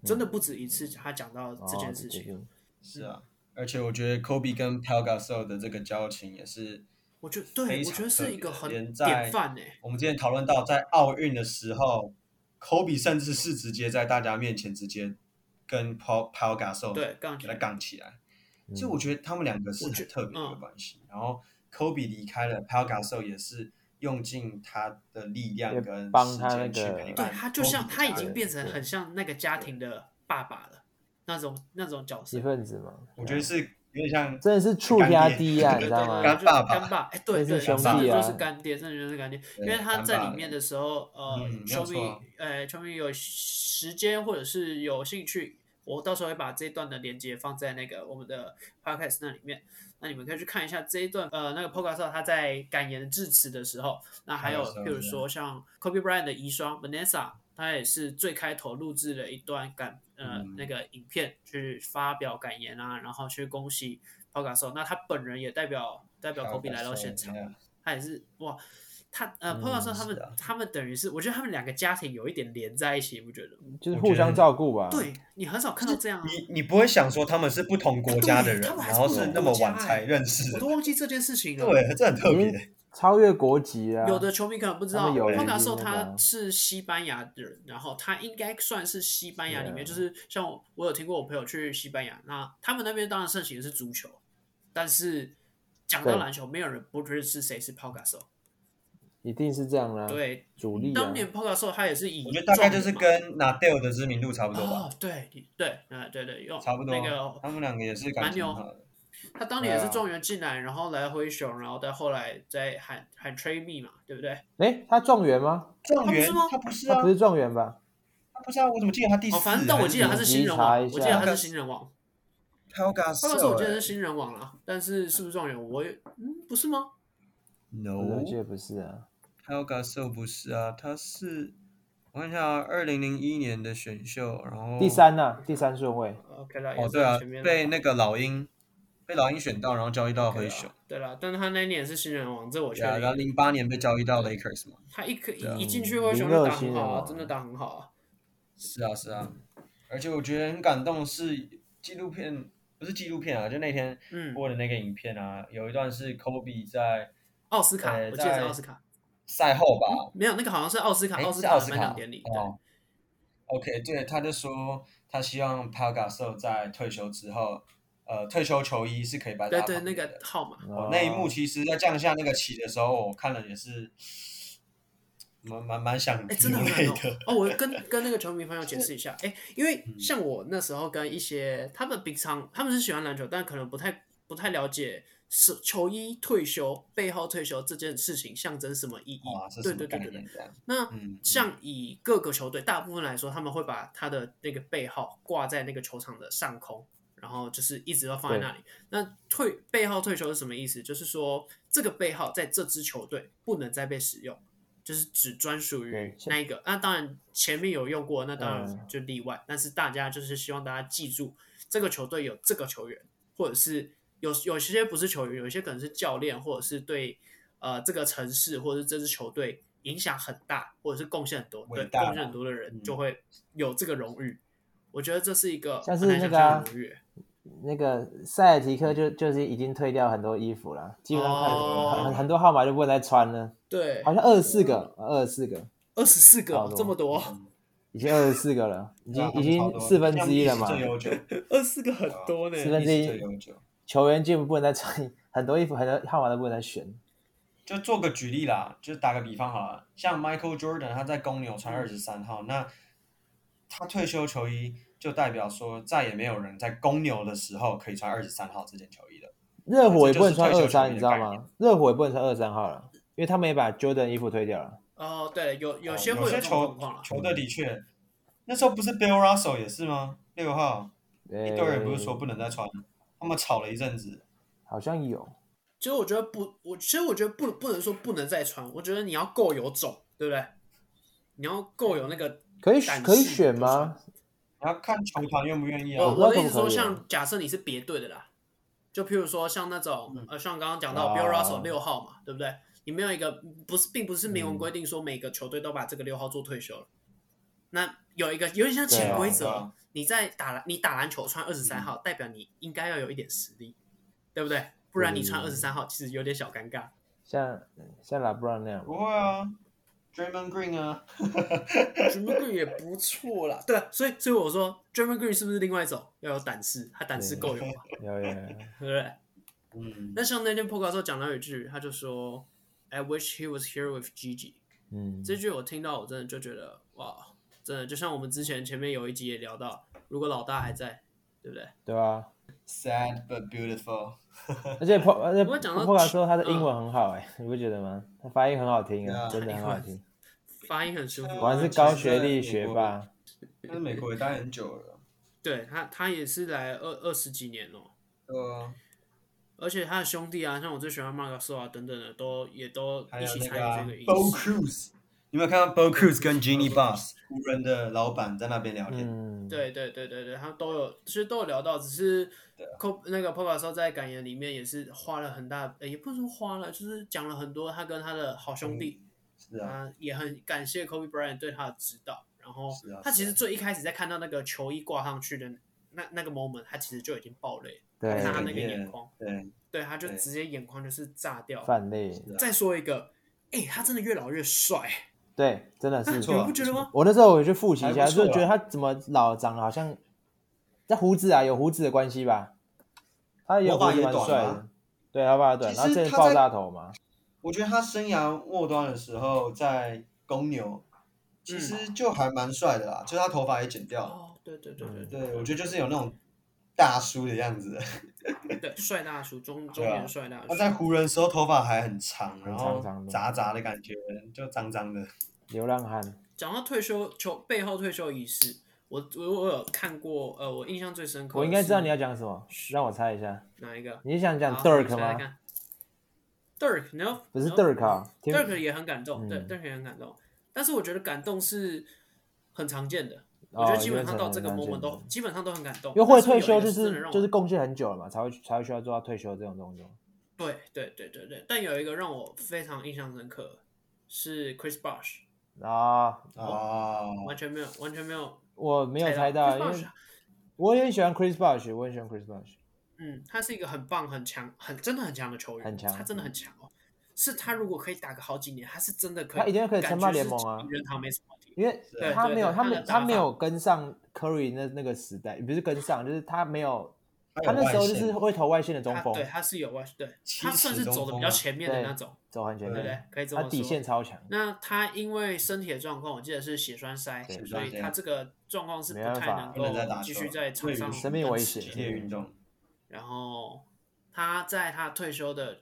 [SPEAKER 2] 真的不止一次他讲到这件事
[SPEAKER 1] 嗯哦对
[SPEAKER 2] 情。
[SPEAKER 1] 对
[SPEAKER 3] 是啊，而且我觉得 Kobe 跟 p a l g a s o 的这个交情也是，
[SPEAKER 2] 我觉得对，
[SPEAKER 3] 非
[SPEAKER 2] 我
[SPEAKER 3] 常
[SPEAKER 2] 觉得是一个
[SPEAKER 3] 特别的
[SPEAKER 2] 很
[SPEAKER 3] 连在
[SPEAKER 2] 典范欸诶、
[SPEAKER 3] 我们之前讨论到在奥运的时候，Kobe 甚至是直接在大家面前直接跟 Paul p a l g a s o
[SPEAKER 2] 对，杠
[SPEAKER 3] 给
[SPEAKER 2] 起
[SPEAKER 3] 他
[SPEAKER 2] 来。
[SPEAKER 3] 杠起来，
[SPEAKER 1] 嗯
[SPEAKER 3] 所以我觉得他们两个是
[SPEAKER 2] 我觉嗯
[SPEAKER 3] 很特别的关系。然后 Kobe 离开了 p a l g a s o 也是用尽他的力量跟
[SPEAKER 1] 帮
[SPEAKER 3] 时
[SPEAKER 1] 他那
[SPEAKER 3] 间
[SPEAKER 1] 个
[SPEAKER 3] 去陪伴 Kobe 的家人，
[SPEAKER 2] 对他就像他已经变成
[SPEAKER 1] 对
[SPEAKER 2] 很像那个家庭的爸爸了，那种那种角色
[SPEAKER 1] 一，份嗯子嘛，
[SPEAKER 3] 我觉得是有点像
[SPEAKER 1] 真的是触压低啊，
[SPEAKER 3] 干
[SPEAKER 1] 你
[SPEAKER 3] 爹
[SPEAKER 1] 知道
[SPEAKER 2] 对
[SPEAKER 1] 吗？
[SPEAKER 2] 对对
[SPEAKER 3] 干爸
[SPEAKER 2] 就
[SPEAKER 3] 爸
[SPEAKER 2] 是干爸，哎，对
[SPEAKER 1] 真
[SPEAKER 2] 对，
[SPEAKER 1] 是
[SPEAKER 2] 真
[SPEAKER 3] 兄
[SPEAKER 1] 弟
[SPEAKER 2] 的
[SPEAKER 1] 啊
[SPEAKER 2] 就是干爹，真的就是干爹，因
[SPEAKER 3] 对
[SPEAKER 2] 为他在
[SPEAKER 3] 干爸
[SPEAKER 2] 里面的时候，呃
[SPEAKER 3] 嗯没有
[SPEAKER 2] 球迷
[SPEAKER 3] 错，
[SPEAKER 2] 呃，球迷有时间或者是有兴趣，我到时候会把这一段的连接放在那个我们的 podcast 那里面，那你们可以去看一下这一段，呃，那个 podcast 他在感言致辞的时候，那还有
[SPEAKER 3] 还有什么
[SPEAKER 2] 譬如说像 Kobe Bryant 的遗孀 Vanessa，她也是最开头录制了一段感呃、
[SPEAKER 3] 嗯
[SPEAKER 2] 那个影片去发表感言啊，然后去恭喜 p o g a s o 那他本人也代表代表 Kobe 来到现场，嗯他也是哇，他呃 p o
[SPEAKER 3] 嗯
[SPEAKER 2] g a s o 他
[SPEAKER 3] 是
[SPEAKER 2] 们
[SPEAKER 3] 啊
[SPEAKER 2] 他们等于是，我觉得他们两个家庭有一点连在一起，你不觉得吗？
[SPEAKER 1] 就是
[SPEAKER 3] 我
[SPEAKER 1] 互
[SPEAKER 3] 觉得
[SPEAKER 1] 相照顾
[SPEAKER 3] 啊
[SPEAKER 1] 吧。
[SPEAKER 2] 对你很少看到这样啊。
[SPEAKER 3] 你你不会想说他们是不同国家的人，
[SPEAKER 2] 对他们还
[SPEAKER 3] 然
[SPEAKER 2] 是
[SPEAKER 3] 后
[SPEAKER 2] 不同
[SPEAKER 3] 是那么
[SPEAKER 2] 国家
[SPEAKER 3] 晚才
[SPEAKER 2] 哎
[SPEAKER 3] 认识
[SPEAKER 2] 我
[SPEAKER 3] 的，
[SPEAKER 2] 都忘记这件事情了。
[SPEAKER 3] 对，啊这很特
[SPEAKER 1] 已
[SPEAKER 3] 别
[SPEAKER 1] 经。超越国籍啊，
[SPEAKER 2] 有的球迷可能不知
[SPEAKER 1] 他
[SPEAKER 2] 道，
[SPEAKER 1] 们有
[SPEAKER 2] 帕
[SPEAKER 1] 人
[SPEAKER 2] 卡
[SPEAKER 1] 已经
[SPEAKER 2] 索
[SPEAKER 1] 那个
[SPEAKER 2] 他是西班牙人，然后他应该算是西班
[SPEAKER 3] 啊
[SPEAKER 2] 牙里面，
[SPEAKER 1] Yeah
[SPEAKER 2] 就是像我我有听过我朋友去西班牙，那他们那边当然盛行的是足球，但是讲到
[SPEAKER 1] 对
[SPEAKER 2] 篮球，没有人不认识谁是 p o g a s o
[SPEAKER 1] 一定是这样啦、
[SPEAKER 2] 对，
[SPEAKER 1] 主力啊
[SPEAKER 2] 当，年 p o g a s o 他也是以
[SPEAKER 3] 我觉得大概就是
[SPEAKER 2] 状元
[SPEAKER 3] 跟 Nadal 的知名度差不
[SPEAKER 2] 嘛
[SPEAKER 3] 多吧
[SPEAKER 2] 哦，，对对，嗯对对，用
[SPEAKER 3] 差不多。
[SPEAKER 2] 那个
[SPEAKER 3] 他们两个也是感
[SPEAKER 2] 蛮
[SPEAKER 3] 情
[SPEAKER 2] 牛
[SPEAKER 3] 好的。
[SPEAKER 2] 他当年也
[SPEAKER 3] 对
[SPEAKER 2] 是
[SPEAKER 3] 啊
[SPEAKER 2] 状元进来，然后来灰熊，然后再后来再喊喊 Trade Me 嘛，对不对？
[SPEAKER 1] 哎，他状元吗？
[SPEAKER 3] 状元
[SPEAKER 2] 他不是吗
[SPEAKER 3] 他不是
[SPEAKER 1] 他
[SPEAKER 3] 啊
[SPEAKER 1] 不，是状元吧？
[SPEAKER 3] 他不是啊，我怎么记得他第四？
[SPEAKER 2] 哦，反正但我记得他是新人
[SPEAKER 1] 查
[SPEAKER 2] 王，
[SPEAKER 1] 一
[SPEAKER 2] 我记
[SPEAKER 1] 下
[SPEAKER 2] 得他是新人王。
[SPEAKER 3] p o g a
[SPEAKER 2] 他
[SPEAKER 3] s
[SPEAKER 2] 那时候我记得是
[SPEAKER 3] o
[SPEAKER 2] 新人王啦，但是是不是状元？我也嗯，不是吗？
[SPEAKER 1] 我记
[SPEAKER 3] No，
[SPEAKER 1] 得不是啊，
[SPEAKER 3] p o g a s o 不是啊，他是我看一下啊，二零零一年的选秀，然后
[SPEAKER 1] 第。三呐、第三顺位。
[SPEAKER 2] OK 啦，也
[SPEAKER 3] 哦，
[SPEAKER 2] 是
[SPEAKER 3] 对啊
[SPEAKER 2] 前面，啦
[SPEAKER 3] 被那个老鹰被老鹰选到，然后交易到
[SPEAKER 2] OK
[SPEAKER 3] 灰
[SPEAKER 2] 啦
[SPEAKER 3] 熊。
[SPEAKER 2] 对啦，但是他那一年是新人王，这我确
[SPEAKER 3] 对啊，然后
[SPEAKER 2] 定。
[SPEAKER 3] 零八年被交易到 Lakers 嘛。
[SPEAKER 2] 他一可
[SPEAKER 3] 对啊
[SPEAKER 2] 一一进去灰熊
[SPEAKER 1] 零二
[SPEAKER 2] 就打很
[SPEAKER 1] 新人
[SPEAKER 2] 好啊，
[SPEAKER 1] 王
[SPEAKER 2] 真的打很好啊。
[SPEAKER 3] 是啊，是啊，而且我觉得很感动的是纪录片，不是纪录片啊，就那天
[SPEAKER 2] 嗯，
[SPEAKER 3] 播的那个影片啊，有一段是 Kobe 在
[SPEAKER 2] 奥斯卡，
[SPEAKER 3] 呃
[SPEAKER 2] 我记得是
[SPEAKER 3] 在
[SPEAKER 2] 奥斯卡，
[SPEAKER 3] 赛后吧，
[SPEAKER 2] 没有那个好像是奥斯卡，
[SPEAKER 3] 诶
[SPEAKER 2] 奥斯
[SPEAKER 3] 是
[SPEAKER 2] 卡
[SPEAKER 3] 奥
[SPEAKER 2] 的
[SPEAKER 3] 斯
[SPEAKER 2] 颁
[SPEAKER 3] 卡
[SPEAKER 2] 奖典礼。嗯对，
[SPEAKER 3] 哦。OK，对，他就说他希望 p a g a s o 在退休之后，呃，退休球衣是可以摆
[SPEAKER 2] 对
[SPEAKER 3] 在他
[SPEAKER 2] 对，
[SPEAKER 3] 旁
[SPEAKER 2] 那
[SPEAKER 3] 边
[SPEAKER 2] 个
[SPEAKER 3] 的
[SPEAKER 2] 号码，
[SPEAKER 3] 哦，那一幕其实，在降下那个旗的时候，我看了也是蛮蛮蛮想
[SPEAKER 2] 哎，真的
[SPEAKER 3] 流
[SPEAKER 2] 很感
[SPEAKER 3] 泪
[SPEAKER 2] 动
[SPEAKER 3] 的。嗯
[SPEAKER 2] 哦。我跟跟那个球迷朋友解释一 下，哎，因为像我那时候跟一些他们平常他们是喜欢篮球，但可能不太不太了解是球衣退休、背后退休这件事情象征什么意义
[SPEAKER 3] 哇，啊这。是
[SPEAKER 2] 对
[SPEAKER 3] 什么
[SPEAKER 2] 对
[SPEAKER 3] 概
[SPEAKER 2] 对对对
[SPEAKER 3] 念。这样？
[SPEAKER 2] 那
[SPEAKER 3] 嗯，
[SPEAKER 2] 像以各个球队，大部分来说，他们会把他的那个背号挂在那个球场的上空，然后就是一直要放在那里。那退背号退休是什么意思？就是说这个背号在这支球队不能再被使用，就是只专属于
[SPEAKER 1] 对
[SPEAKER 2] 那一个。那当然前面有用过，那当然
[SPEAKER 1] 嗯
[SPEAKER 2] 就例外。但是大家就是希望大家记住，这个球队有这个球员，或者是有有些不是球员，有一些可能是教练，或者是对呃这个城市或者是这支球队影响很大，或者是贡献很多，
[SPEAKER 3] 伟
[SPEAKER 2] 对
[SPEAKER 3] 大
[SPEAKER 2] 贡献很多的人
[SPEAKER 3] 嗯
[SPEAKER 2] 就会有这个荣誉。我觉得这是一个
[SPEAKER 1] 像是
[SPEAKER 2] 很难想
[SPEAKER 1] 那个啊
[SPEAKER 2] 象的荣誉。欸
[SPEAKER 1] 那个塞尔提克就就是已经退掉很多衣服了，基本上看
[SPEAKER 2] 哦
[SPEAKER 1] 很很很多号码就不能再穿了，
[SPEAKER 2] 对
[SPEAKER 1] 好，像二十四个，二十四个，
[SPEAKER 2] 二十四个
[SPEAKER 1] 差
[SPEAKER 2] 哦
[SPEAKER 1] 不多
[SPEAKER 2] 这么多，
[SPEAKER 3] 嗯
[SPEAKER 1] 已经二十四个了，已
[SPEAKER 3] 已
[SPEAKER 1] 经已经四分之一了嘛，
[SPEAKER 3] 最悠久，
[SPEAKER 2] 二十四个
[SPEAKER 3] 啊
[SPEAKER 2] 很多呢。
[SPEAKER 1] 四嗯分之
[SPEAKER 3] 历史最
[SPEAKER 1] 一
[SPEAKER 3] 悠久。
[SPEAKER 1] 球员基本不能再穿， 很多衣服很多号码都不能再选，
[SPEAKER 3] 就做个举例啦，就打个比方好了，像 Michael Jordan 他在公牛穿二十三号，那他退休球衣就代表说再也没有人在公牛的时候可以穿二十三号这件球衣了。
[SPEAKER 1] 热火也不能穿
[SPEAKER 3] 这就是退
[SPEAKER 1] 二
[SPEAKER 3] 休球
[SPEAKER 1] 三，
[SPEAKER 3] 员的
[SPEAKER 1] 你知道
[SPEAKER 3] 概
[SPEAKER 1] 吗？热火也不能穿二三号了，因为他们也把 Jordan 衣服推掉了。
[SPEAKER 2] 哦，对，有有
[SPEAKER 3] 哦
[SPEAKER 2] 些会
[SPEAKER 3] 有
[SPEAKER 2] 这种
[SPEAKER 3] 些
[SPEAKER 2] 状
[SPEAKER 3] 球
[SPEAKER 2] 况了。
[SPEAKER 3] 球队的确，那时候不是 Bill Russell 也是吗？六号一
[SPEAKER 1] 一
[SPEAKER 3] 堆人不是说不能再穿，他们吵了一阵子。
[SPEAKER 1] 好像有，
[SPEAKER 2] 其实我觉得不，我其实我觉得不不能说不能再穿，我觉得你要够有种，对不对？你要够有那个
[SPEAKER 1] 可以
[SPEAKER 2] 胆气
[SPEAKER 1] 可以选吗？
[SPEAKER 3] 你要看球团愿不愿意啊。
[SPEAKER 2] 我
[SPEAKER 1] 哦
[SPEAKER 2] 我的意思
[SPEAKER 1] 那可
[SPEAKER 2] 说，
[SPEAKER 1] 不可以啊
[SPEAKER 2] 像假设你是别队的啦，就譬如说像那种、呃，像刚刚讲到
[SPEAKER 1] 啊
[SPEAKER 2] Bill Russell 六号嘛，对不对？你没有一个不是，并不是明
[SPEAKER 1] 嗯
[SPEAKER 2] 文规定说每个球队都把这个六号做退休了。那有一个有点像
[SPEAKER 1] 对
[SPEAKER 2] 潜
[SPEAKER 1] 啊嗯
[SPEAKER 2] 规
[SPEAKER 3] 对啊
[SPEAKER 2] 则，你在打篮你打篮球穿二十三号，代表你应该要有一点实力，对不对？不然你穿
[SPEAKER 1] 嗯
[SPEAKER 2] 二十三号其实有点小尴尬。
[SPEAKER 1] 像像 LeBron 那样
[SPEAKER 3] 不会啊，Draymond Green 啊，
[SPEAKER 2] Draymond Green 也不错啦，对啊，所以所以我说 Draymond Green 是不是另外一种要有胆识，他胆识够有嘛，
[SPEAKER 1] 有有有，
[SPEAKER 2] 对不对？
[SPEAKER 3] 嗯，
[SPEAKER 2] 那像那天 p o 时候讲到一句，他就说，I wish he was here with Gigi。
[SPEAKER 1] 嗯，
[SPEAKER 2] 这句我听到，我真的就觉得哇，真的就像我们之前前面有一集也聊到，如果老大还在，对不对？
[SPEAKER 1] 对吧、
[SPEAKER 3] Sad but beautiful。
[SPEAKER 1] 而且破而且
[SPEAKER 2] 我讲到嗯
[SPEAKER 1] 破卡说他的英文很好哎、你不觉得吗？他发音很好听
[SPEAKER 3] 对
[SPEAKER 1] 啊，
[SPEAKER 3] 啊
[SPEAKER 1] 真的很好听。
[SPEAKER 2] 发音很舒服。
[SPEAKER 1] 果然是高学历学霸，
[SPEAKER 3] 但是美国也待很久了，
[SPEAKER 2] 对他，他也是来二二十几年了。
[SPEAKER 3] 对啊，
[SPEAKER 2] 而且他的兄弟啊，像我最喜欢 m a r c u s 啊等等的，都也都
[SPEAKER 3] 还
[SPEAKER 2] 一
[SPEAKER 3] 有
[SPEAKER 2] 起
[SPEAKER 3] 那
[SPEAKER 2] 参
[SPEAKER 3] 个啊
[SPEAKER 2] 与这个仪
[SPEAKER 3] Bo
[SPEAKER 2] 式。
[SPEAKER 3] Cruz，你有没有看到 Bo Cruz 跟 Genie Boss 湖人的老板在那边聊天？
[SPEAKER 1] 嗯，
[SPEAKER 2] 对对对对对，他们都有，其实都有聊到，只是
[SPEAKER 3] 啊
[SPEAKER 2] Co 那个 p o p a 说在感言里面也是花了很大，呃也不是说花了，就是讲了很多他跟他的好兄弟，
[SPEAKER 3] 是啊，
[SPEAKER 2] 啊，也很感谢 Kobe Bryant 对他的指导。然后
[SPEAKER 3] 是啊
[SPEAKER 2] 他
[SPEAKER 3] 是
[SPEAKER 2] 其实
[SPEAKER 3] 啊
[SPEAKER 2] 最一开始在看到那个球衣挂上去的那那个 moment，他其实就已经爆泪，
[SPEAKER 1] 对
[SPEAKER 2] 看他
[SPEAKER 3] 看
[SPEAKER 2] 那个
[SPEAKER 3] 对
[SPEAKER 2] 眼眶，
[SPEAKER 3] 对，
[SPEAKER 2] 对，他就
[SPEAKER 3] 对
[SPEAKER 2] 直接眼眶就是炸掉。
[SPEAKER 1] 范例，
[SPEAKER 3] 是啊
[SPEAKER 2] 再说一个，哎、他真的越老越帅，
[SPEAKER 1] 对，真的
[SPEAKER 2] 啊
[SPEAKER 1] 是
[SPEAKER 2] 你
[SPEAKER 3] 错
[SPEAKER 2] 们
[SPEAKER 3] 啊
[SPEAKER 2] 不觉得吗？
[SPEAKER 1] 我那时候我去复习一下，
[SPEAKER 3] 还不错啊
[SPEAKER 1] 就
[SPEAKER 3] 啦
[SPEAKER 1] 觉得他怎么老长得好像，这胡子啊有胡子的关系吧？他有
[SPEAKER 3] 头发
[SPEAKER 1] 胡子
[SPEAKER 3] 也
[SPEAKER 1] 蛮
[SPEAKER 3] 短
[SPEAKER 1] 帅的
[SPEAKER 3] 啊，
[SPEAKER 1] 对，头发短，
[SPEAKER 3] 其
[SPEAKER 1] 然后
[SPEAKER 3] 实
[SPEAKER 1] 这
[SPEAKER 3] 他
[SPEAKER 1] 爆
[SPEAKER 3] 在
[SPEAKER 1] 炸头嘛，
[SPEAKER 3] 我觉得他生涯末端的时候在公牛，
[SPEAKER 1] 嗯
[SPEAKER 3] 其实就还蛮帅的啦，就是他头发也剪掉了。
[SPEAKER 2] 哦，对对对对
[SPEAKER 3] 对，我觉得就是有那种大叔的样子。
[SPEAKER 2] 对对，帅大叔，中中
[SPEAKER 3] 嗯对啊
[SPEAKER 2] 年帅大叔
[SPEAKER 3] 他。在湖人的时候头发还很长，然后
[SPEAKER 1] 长长的
[SPEAKER 3] 杂杂的感觉，就脏脏的。
[SPEAKER 1] 流浪汉，
[SPEAKER 2] 讲到退休球背后退休仪式，我我我有看过，呃，我印象最深刻的是。
[SPEAKER 1] 我应该知道你要讲什么，让我猜一下，
[SPEAKER 2] 哪一个？
[SPEAKER 1] 你是想讲
[SPEAKER 2] 好
[SPEAKER 1] Dirk？
[SPEAKER 2] 你猜猜
[SPEAKER 1] 吗？
[SPEAKER 2] 看哦 Dirk，你要
[SPEAKER 1] 不是
[SPEAKER 2] 你要
[SPEAKER 1] Dirk 啊听
[SPEAKER 2] Dirk 也很感动，对
[SPEAKER 1] 嗯
[SPEAKER 2] ，Dirk 也很感动。但是我觉得感动是很常见的，
[SPEAKER 1] 哦
[SPEAKER 2] 我觉得基本上到这个
[SPEAKER 1] 有点常
[SPEAKER 2] moment
[SPEAKER 1] 见
[SPEAKER 2] 都基本上都很感动。
[SPEAKER 1] 因为会
[SPEAKER 2] 但
[SPEAKER 1] 退
[SPEAKER 2] 是有一
[SPEAKER 1] 休
[SPEAKER 2] 个
[SPEAKER 1] 就是
[SPEAKER 2] 真的
[SPEAKER 1] 是
[SPEAKER 2] 让我
[SPEAKER 1] 就是贡献很久了嘛，才会才会需要做到退休这种动作。
[SPEAKER 2] 对对对对对。但有一个让我非常印象深刻是 Chris Bosh，
[SPEAKER 1] 啊，
[SPEAKER 3] 哦，
[SPEAKER 2] 完全没有完全没有
[SPEAKER 1] 我没有猜
[SPEAKER 2] 猜
[SPEAKER 1] 到，
[SPEAKER 2] 到
[SPEAKER 1] 因
[SPEAKER 2] 啊 Chris
[SPEAKER 1] 为
[SPEAKER 2] Bosh。
[SPEAKER 1] 我也很喜欢 Chris Bosh，我很喜欢 Chris Bosh。
[SPEAKER 2] 嗯，他是一个很棒、很强、很真的很强的球员，
[SPEAKER 1] 很强嗯
[SPEAKER 2] 他真的很强哦。是他如果可以打个好几年，他是真的可以，
[SPEAKER 1] 他一定可以称霸联盟啊
[SPEAKER 2] 感觉是人堂没什么问题。
[SPEAKER 1] 因为
[SPEAKER 3] 对
[SPEAKER 1] 他
[SPEAKER 2] 对
[SPEAKER 1] 没有，
[SPEAKER 2] 对
[SPEAKER 1] 他
[SPEAKER 2] 他
[SPEAKER 1] 没
[SPEAKER 2] 的
[SPEAKER 1] 他
[SPEAKER 2] 打
[SPEAKER 1] 没
[SPEAKER 2] 法
[SPEAKER 1] 有跟上 Curry 那那个时代，不是跟上，就是他没有，
[SPEAKER 3] 有
[SPEAKER 1] 他那时候就
[SPEAKER 3] 外
[SPEAKER 1] 是
[SPEAKER 3] 线
[SPEAKER 1] 会投外线的中
[SPEAKER 2] 他
[SPEAKER 1] 锋，
[SPEAKER 2] 对，他是有外，对
[SPEAKER 3] 七
[SPEAKER 2] 他算
[SPEAKER 3] 尺
[SPEAKER 2] 是
[SPEAKER 3] 中
[SPEAKER 2] 走的
[SPEAKER 3] 锋
[SPEAKER 2] 比较
[SPEAKER 3] 啊
[SPEAKER 2] 前面的
[SPEAKER 1] 对
[SPEAKER 2] 那种，
[SPEAKER 1] 走很前
[SPEAKER 2] 对不
[SPEAKER 1] 面，
[SPEAKER 2] 对？可以这么
[SPEAKER 1] 他
[SPEAKER 2] 说。
[SPEAKER 1] 底线超强，
[SPEAKER 2] 那他因为身体的状况，我记得是血栓塞
[SPEAKER 1] 对，
[SPEAKER 2] 所以
[SPEAKER 3] 对
[SPEAKER 2] 他这个状况是不
[SPEAKER 1] 没办
[SPEAKER 2] 太
[SPEAKER 1] 法
[SPEAKER 2] 能
[SPEAKER 3] 不能再
[SPEAKER 2] 够
[SPEAKER 3] 打
[SPEAKER 2] 继
[SPEAKER 3] 球
[SPEAKER 2] 续
[SPEAKER 3] 了
[SPEAKER 2] 在场
[SPEAKER 3] 对
[SPEAKER 2] 上
[SPEAKER 1] 生命
[SPEAKER 2] 奔
[SPEAKER 1] 危
[SPEAKER 2] 驰
[SPEAKER 1] 险
[SPEAKER 2] 的
[SPEAKER 3] 激烈运
[SPEAKER 1] 嗯
[SPEAKER 3] 动，
[SPEAKER 2] 然后他在他退休的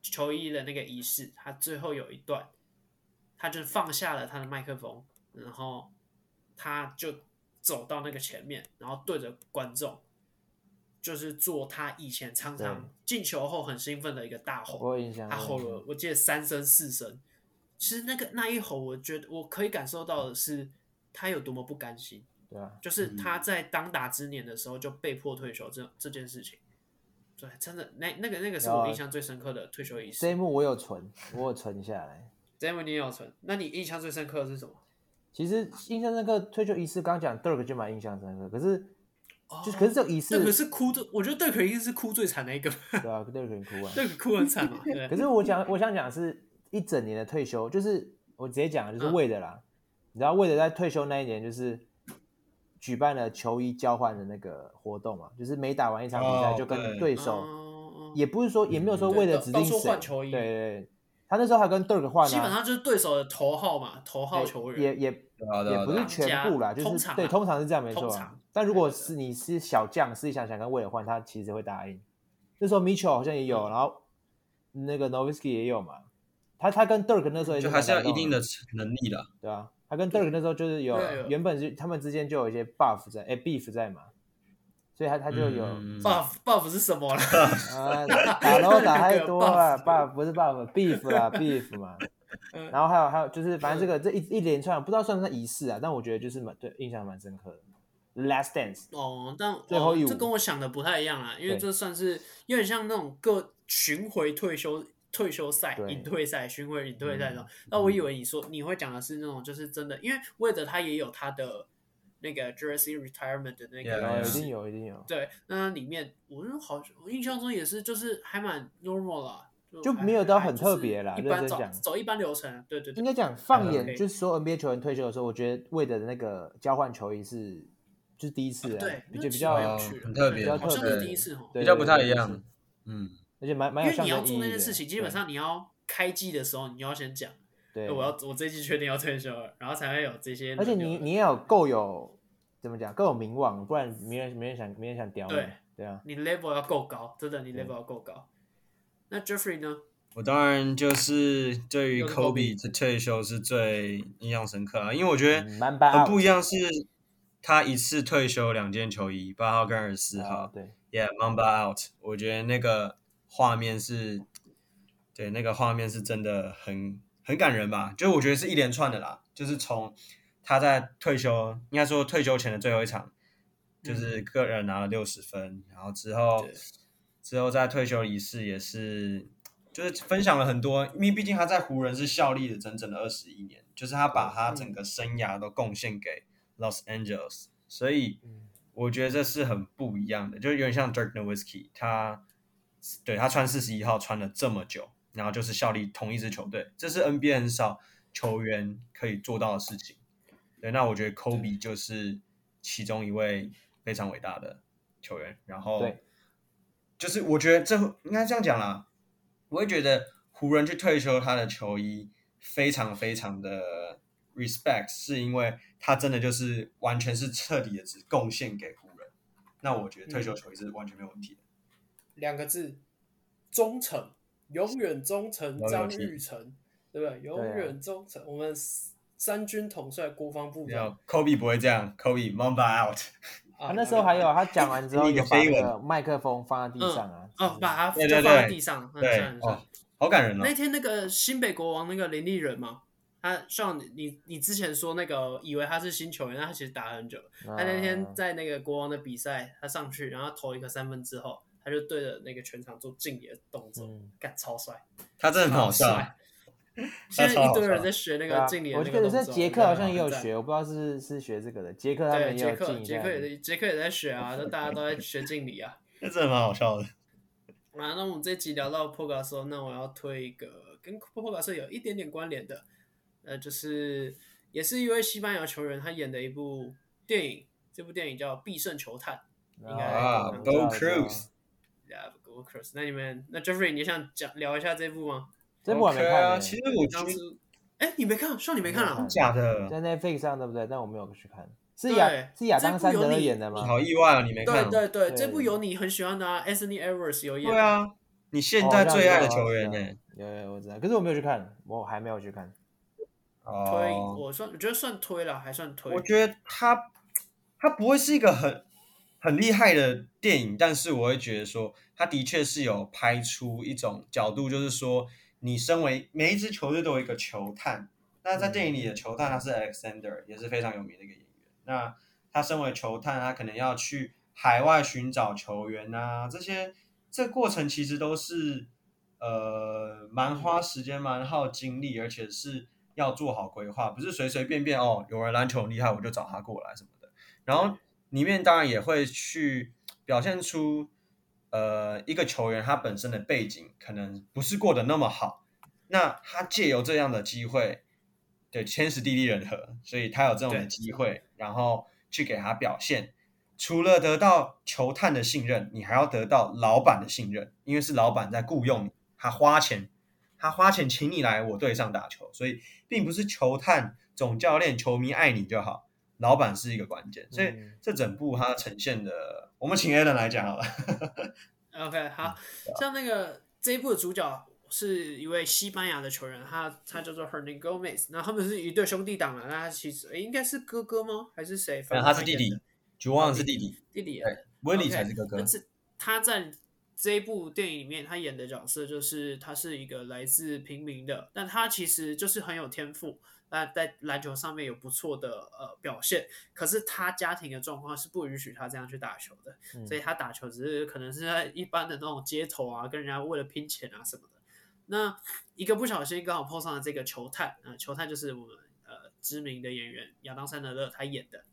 [SPEAKER 2] 球衣的那个仪式，他最后有一段，他就放下了他的麦克风，然后他就走到那个前面，然后对着观众，就是做他以前常常进球后很兴奋的一个大吼，
[SPEAKER 1] 我有印象。
[SPEAKER 2] 他吼
[SPEAKER 1] 我有印
[SPEAKER 2] 了，我记得三声四声。其实那个那一吼，我觉得我可以感受到的是他有多么不甘心。
[SPEAKER 1] 象对啊，
[SPEAKER 2] 就是他在当打之年的时候就被迫退休这这件事情，对，真的那那个那个是
[SPEAKER 1] 然
[SPEAKER 2] 我
[SPEAKER 1] 后
[SPEAKER 2] 印象最深刻的退休仪式
[SPEAKER 1] 这。一幕我有存，我有存下来。
[SPEAKER 2] 这位你也有存，那你印象最深刻的是什么？
[SPEAKER 1] 其实印象深刻，退休仪式刚讲 Dirk 就蛮印象深刻，可是
[SPEAKER 2] 哦
[SPEAKER 1] 就可是这个仪式
[SPEAKER 2] 邓肯是哭最，我觉得邓肯一定是哭最惨的一个，
[SPEAKER 1] 对啊，Dirk 很哭啊。
[SPEAKER 2] 邓肯哭很惨嘛， 对
[SPEAKER 1] 可是我想我想讲的是一整年的退休，就是我直接讲
[SPEAKER 2] 嗯
[SPEAKER 1] 就是为的啦，你知道为的在退休那一年就是举办了球衣交换的那个活动嘛，就是每打完一场比赛
[SPEAKER 3] 哦
[SPEAKER 1] 就跟
[SPEAKER 3] 对
[SPEAKER 1] 对
[SPEAKER 2] 对
[SPEAKER 1] 手，
[SPEAKER 2] 哦
[SPEAKER 1] 也不是说也没有说
[SPEAKER 2] 嗯
[SPEAKER 1] 为了
[SPEAKER 2] 对
[SPEAKER 1] 指
[SPEAKER 2] 到
[SPEAKER 1] 定
[SPEAKER 2] 到处
[SPEAKER 1] 谁，
[SPEAKER 2] 换球衣
[SPEAKER 1] 对对对，他那时候还跟 Dirk 换
[SPEAKER 2] 基本
[SPEAKER 1] 啊，
[SPEAKER 2] 上就是对手的头号嘛，头号球
[SPEAKER 1] 也
[SPEAKER 2] 员，
[SPEAKER 1] 也
[SPEAKER 3] 对啊对
[SPEAKER 1] 也
[SPEAKER 3] 啊
[SPEAKER 1] 不
[SPEAKER 3] 对
[SPEAKER 1] 是
[SPEAKER 3] 啊
[SPEAKER 1] 全部啦，
[SPEAKER 2] 通
[SPEAKER 1] 就是
[SPEAKER 2] 常啊
[SPEAKER 1] 对，通常是这样没错
[SPEAKER 2] 通
[SPEAKER 1] 啊
[SPEAKER 2] 常。
[SPEAKER 1] 但如果
[SPEAKER 2] 对对对
[SPEAKER 1] 是你是小将，私底下想跟魏尔换，他其实会答应。那时候 Mitchell 好像也
[SPEAKER 2] 嗯
[SPEAKER 1] 有，然后那个 Novisky 也有嘛，他他跟 Dirk 那时候也
[SPEAKER 3] 就还是要一定
[SPEAKER 1] 的，
[SPEAKER 3] 的能力啦。
[SPEAKER 1] 对啊，他跟 Dirk 那时候就是有
[SPEAKER 2] 对有
[SPEAKER 1] 原本就他们之间就有一些 buff 在，哎 beef 在嘛，所以他他就有
[SPEAKER 3] 嗯
[SPEAKER 2] buff buff 是什么啦？
[SPEAKER 1] 啊，打喽打太多
[SPEAKER 2] 那
[SPEAKER 1] 了
[SPEAKER 2] 个
[SPEAKER 1] ，buff 不是 buff，beef 啦 beef 嘛。
[SPEAKER 2] 嗯
[SPEAKER 1] 然后还有还有就是，反正这个这一一连串不知道算不算仪式啊，但我觉得就是蛮对印象蛮深刻的。Last Dance，
[SPEAKER 2] 哦，但
[SPEAKER 1] 最后
[SPEAKER 2] 哦
[SPEAKER 1] 一舞
[SPEAKER 2] 这跟我想的不太一样啦，因为
[SPEAKER 1] 对
[SPEAKER 2] 这算是有点像那种各巡回退休退休赛、
[SPEAKER 1] 对嗯
[SPEAKER 2] 引退赛、巡回引退赛那种。那、我以为你说你会讲的是那种，就是真的，因为魏德他也有他的那个 jersey retirement 的那
[SPEAKER 1] 然后
[SPEAKER 2] 个
[SPEAKER 3] Yeah,
[SPEAKER 2] 仪
[SPEAKER 1] 哦一
[SPEAKER 3] yeah.
[SPEAKER 2] 式
[SPEAKER 1] 定有一定有，
[SPEAKER 2] 对，那里面我就好像我印象中也是，就是还蛮 normal 啦，
[SPEAKER 1] 就
[SPEAKER 2] 还
[SPEAKER 1] 没有到
[SPEAKER 2] 还
[SPEAKER 1] 很
[SPEAKER 2] 就是
[SPEAKER 1] 特别啦
[SPEAKER 2] 一
[SPEAKER 1] 认
[SPEAKER 2] 般
[SPEAKER 1] 真
[SPEAKER 2] 走
[SPEAKER 1] 讲
[SPEAKER 2] 走一般流程，对对对
[SPEAKER 1] 应，该讲放
[SPEAKER 2] 还
[SPEAKER 1] 眼
[SPEAKER 2] OK
[SPEAKER 1] 就是所有 NBA 球员退休的时候，我觉得魏的那个交换球衣是就是第一次啊
[SPEAKER 2] 对，，
[SPEAKER 1] 比
[SPEAKER 2] 那
[SPEAKER 1] 较
[SPEAKER 2] 其
[SPEAKER 1] 比
[SPEAKER 2] 实蛮
[SPEAKER 1] 较
[SPEAKER 2] 有趣的，
[SPEAKER 3] 很
[SPEAKER 2] 对
[SPEAKER 3] 特别
[SPEAKER 1] 比较
[SPEAKER 2] 好像
[SPEAKER 1] 特
[SPEAKER 2] 是
[SPEAKER 1] 别
[SPEAKER 2] 第一次哦。
[SPEAKER 1] 对
[SPEAKER 3] 比较不太一，
[SPEAKER 1] 对对
[SPEAKER 3] 样
[SPEAKER 1] 对。
[SPEAKER 3] 嗯，
[SPEAKER 1] 而且蛮蛮
[SPEAKER 2] 因为
[SPEAKER 1] 有象
[SPEAKER 2] 你要
[SPEAKER 1] 征意义
[SPEAKER 2] 做
[SPEAKER 1] 的。
[SPEAKER 2] 那件事情，基本上你要开机的时候，你要先讲，
[SPEAKER 1] 对，
[SPEAKER 2] 欸
[SPEAKER 1] 对
[SPEAKER 2] 我要我这一季确定要退休了，然后才会有这些。
[SPEAKER 1] 而且你你也有够有怎么讲更有名望，不然没人没人想没人想屌你
[SPEAKER 2] 对，
[SPEAKER 1] 对啊，
[SPEAKER 2] 你 level 要够高，真的你 level 要够高。那 Jeffrey 呢？
[SPEAKER 3] 我当然就是对于
[SPEAKER 2] 又是
[SPEAKER 3] Kobe 的退休是最印象深刻啊，因为我觉得
[SPEAKER 1] 嗯，man bad
[SPEAKER 3] 很
[SPEAKER 1] out
[SPEAKER 3] 不一样，是他一次退休两件球衣，八号跟二十四
[SPEAKER 1] 啊
[SPEAKER 3] 号
[SPEAKER 1] 对，
[SPEAKER 2] 哦
[SPEAKER 3] ，Yeah，Mamba out，我觉得那个画面是，对，那个画面是真的很很感人吧，就我觉得是一连串的啦，就是从他在退休，应该说退休前的最后一场，就是个人拿了六十分，然后之后
[SPEAKER 2] 对
[SPEAKER 3] 之后在退休仪式也是。就是分享了很多，因为毕竟他在湖人是效力了整整的二十一年，就是他把他整个生涯都贡献给 Los Angeles，所以我觉得这是很不一样的，就有点像 Dirk Nowitzki，他对他穿四十一号穿了这么久，然后就是效力同一支球队，这是 NBA 很少球员可以做到的事情。对，那我觉得 Kobe 就是其中一位非常伟大的球员，然后
[SPEAKER 1] 对
[SPEAKER 3] 就是我觉得这应该这样讲啦，我会觉得湖人去退休他的球衣非常非常的 respect，是因为他真的就是完全是彻底的只贡献给湖人。那我觉得退休球衣是完全没有问题的。
[SPEAKER 2] 两个字，忠诚，永远忠诚，
[SPEAKER 3] 有
[SPEAKER 2] 张
[SPEAKER 3] 趣
[SPEAKER 2] 玉成，对不对？永
[SPEAKER 1] 啊
[SPEAKER 2] 远忠诚，我们三军统帅国防部
[SPEAKER 3] 要
[SPEAKER 2] 长
[SPEAKER 3] Kobe 不会这样，Kobe Mamba out，
[SPEAKER 2] 啊
[SPEAKER 1] 他那时候还有啊他讲完之后
[SPEAKER 3] 一个
[SPEAKER 1] 有把
[SPEAKER 3] 飞
[SPEAKER 1] 那
[SPEAKER 3] 吻
[SPEAKER 1] 个麦克风放在地上啊，
[SPEAKER 2] 哦，把它
[SPEAKER 3] 对
[SPEAKER 2] 就
[SPEAKER 3] 对
[SPEAKER 2] 放在
[SPEAKER 3] 对
[SPEAKER 2] 地上，嗯
[SPEAKER 3] 对
[SPEAKER 2] 算了算了
[SPEAKER 3] 哦，好感人哦
[SPEAKER 2] 那。天那个新北国王那个林立人嘛，他像你你你之前说那个以为他是新球员，但他其实打很久了。
[SPEAKER 1] 啊
[SPEAKER 2] 他那天在那个国王的比赛，他上去然后投一个三分之后，他就对着那个全场做敬礼的动作
[SPEAKER 1] 嗯，
[SPEAKER 2] 干、超帅，
[SPEAKER 3] 他真的很好
[SPEAKER 2] 超
[SPEAKER 3] 笑
[SPEAKER 2] 帅。。现在一堆
[SPEAKER 3] 超好
[SPEAKER 2] 人
[SPEAKER 3] 笑
[SPEAKER 2] 在学那
[SPEAKER 1] 对啊
[SPEAKER 2] 个敬礼的那
[SPEAKER 1] 我记
[SPEAKER 2] 个
[SPEAKER 1] 得
[SPEAKER 2] 动作，
[SPEAKER 1] 在捷克好像也有
[SPEAKER 2] 很赞
[SPEAKER 1] 学，我不知道是是学这个的，捷克他
[SPEAKER 2] 对，
[SPEAKER 1] 们也
[SPEAKER 2] 杰
[SPEAKER 1] 有
[SPEAKER 2] 克
[SPEAKER 1] 进一
[SPEAKER 2] 杰
[SPEAKER 1] 下
[SPEAKER 2] 克。也在杰克也在学啊，那大家都在学敬礼啊。
[SPEAKER 3] 那真的蛮好笑的。
[SPEAKER 2] 啊，那我们这集聊到 p o g a 说，那我要推一个跟 p o g a 说有一点点关联的，呃，就是也是一位西班牙球员，他演的一部电影，这部电影叫《必胜球探》。应该
[SPEAKER 3] 啊
[SPEAKER 2] 嗯
[SPEAKER 3] ，Go Cruz，
[SPEAKER 2] Yeah, go Cruz。那你们，那 Jeffrey，你想讲聊一下这部吗？
[SPEAKER 1] 这部我还没
[SPEAKER 3] OK
[SPEAKER 1] 看欸
[SPEAKER 3] 啊。
[SPEAKER 1] 呢
[SPEAKER 3] 其实我觉
[SPEAKER 2] 当
[SPEAKER 3] 得
[SPEAKER 2] 时，哎，你没看，算你没看
[SPEAKER 1] 没
[SPEAKER 2] 啊
[SPEAKER 1] 看？
[SPEAKER 3] 假的，
[SPEAKER 1] 在 Netflix 上对不对？但我没有去看，是
[SPEAKER 2] 对
[SPEAKER 1] 亚是亚
[SPEAKER 2] 这部
[SPEAKER 1] 当·山
[SPEAKER 2] 有
[SPEAKER 1] 德勒
[SPEAKER 2] 你
[SPEAKER 1] 演的吗？
[SPEAKER 3] 好意外啊！你没看
[SPEAKER 2] 对对
[SPEAKER 3] 哦？
[SPEAKER 2] 对，
[SPEAKER 1] 对
[SPEAKER 2] 这部有你很喜欢的啊，Anthony Edwards 有演。
[SPEAKER 3] 对，啊，你现
[SPEAKER 2] 哦
[SPEAKER 3] 在最爱的球员欸呢？
[SPEAKER 1] 哦有啊有我知道，可是我没有去看，我还没有去看。
[SPEAKER 2] 推，
[SPEAKER 3] 哦，
[SPEAKER 2] 我算我觉得算推了，还算推
[SPEAKER 3] 我。觉得他他不会是一个很很厉害的电影，但是我会觉得说，他的确是有拍出一种角度，就是说，你身为每一支球队都有一个球探。那在电影里的球探他是 Alexander，也是非常有名的一个演员。那他身为球探，他可能要去海外寻找球员啊，这些这过程其实都是呃蛮花时间、蛮耗精力，而且是要做好规划，不是随随便便哦，有人篮球很厉害我就找他过来什么的。然后里面当然也会去表现出呃一个球员他本身的背景可能不是过得那么好，那他借由这样的机会，对天时地利人和，所以他有这种的
[SPEAKER 2] 对
[SPEAKER 3] 机会，然后去给他表现。除了得到球探的信任，你还要得到老板的信任，因为是老板在雇佣你，他花钱，他花钱请你来我队上打球，所以并不是球探、总教练、球迷爱你就好，老板是一个关键。所以
[SPEAKER 1] 嗯
[SPEAKER 3] 这整部它呈现的，我们请 Alan 来讲好了。
[SPEAKER 2] OK，好，
[SPEAKER 3] 嗯啊
[SPEAKER 2] 像那个这一部的主角是一位西班牙的球员，他他叫做 Hernan Gomez，那他们是一对兄弟档了。那他其实诶应该是哥哥吗？还是谁？反正
[SPEAKER 3] 他是弟
[SPEAKER 2] 演
[SPEAKER 3] 弟
[SPEAKER 2] 的，
[SPEAKER 3] 绝望是弟弟，
[SPEAKER 2] 弟弟演的
[SPEAKER 3] 对，Willie
[SPEAKER 2] OK，
[SPEAKER 3] 才是哥哥
[SPEAKER 2] 但。是他在这一部电影里面，他演的角色就是他是一个来自平民的，但他其实就是很有天赋，那在篮球上面有不错的呃表现。可是他家庭的状况是不允许他这样去打球的，
[SPEAKER 1] 嗯
[SPEAKER 2] 所以他打球只是可能是在一般的那种街头啊，跟人家为了拼钱啊什么的。那一个不小心刚好碰上了这个球探啊、呃球探就是我们呃知名的演员亚当·山德勒他演的。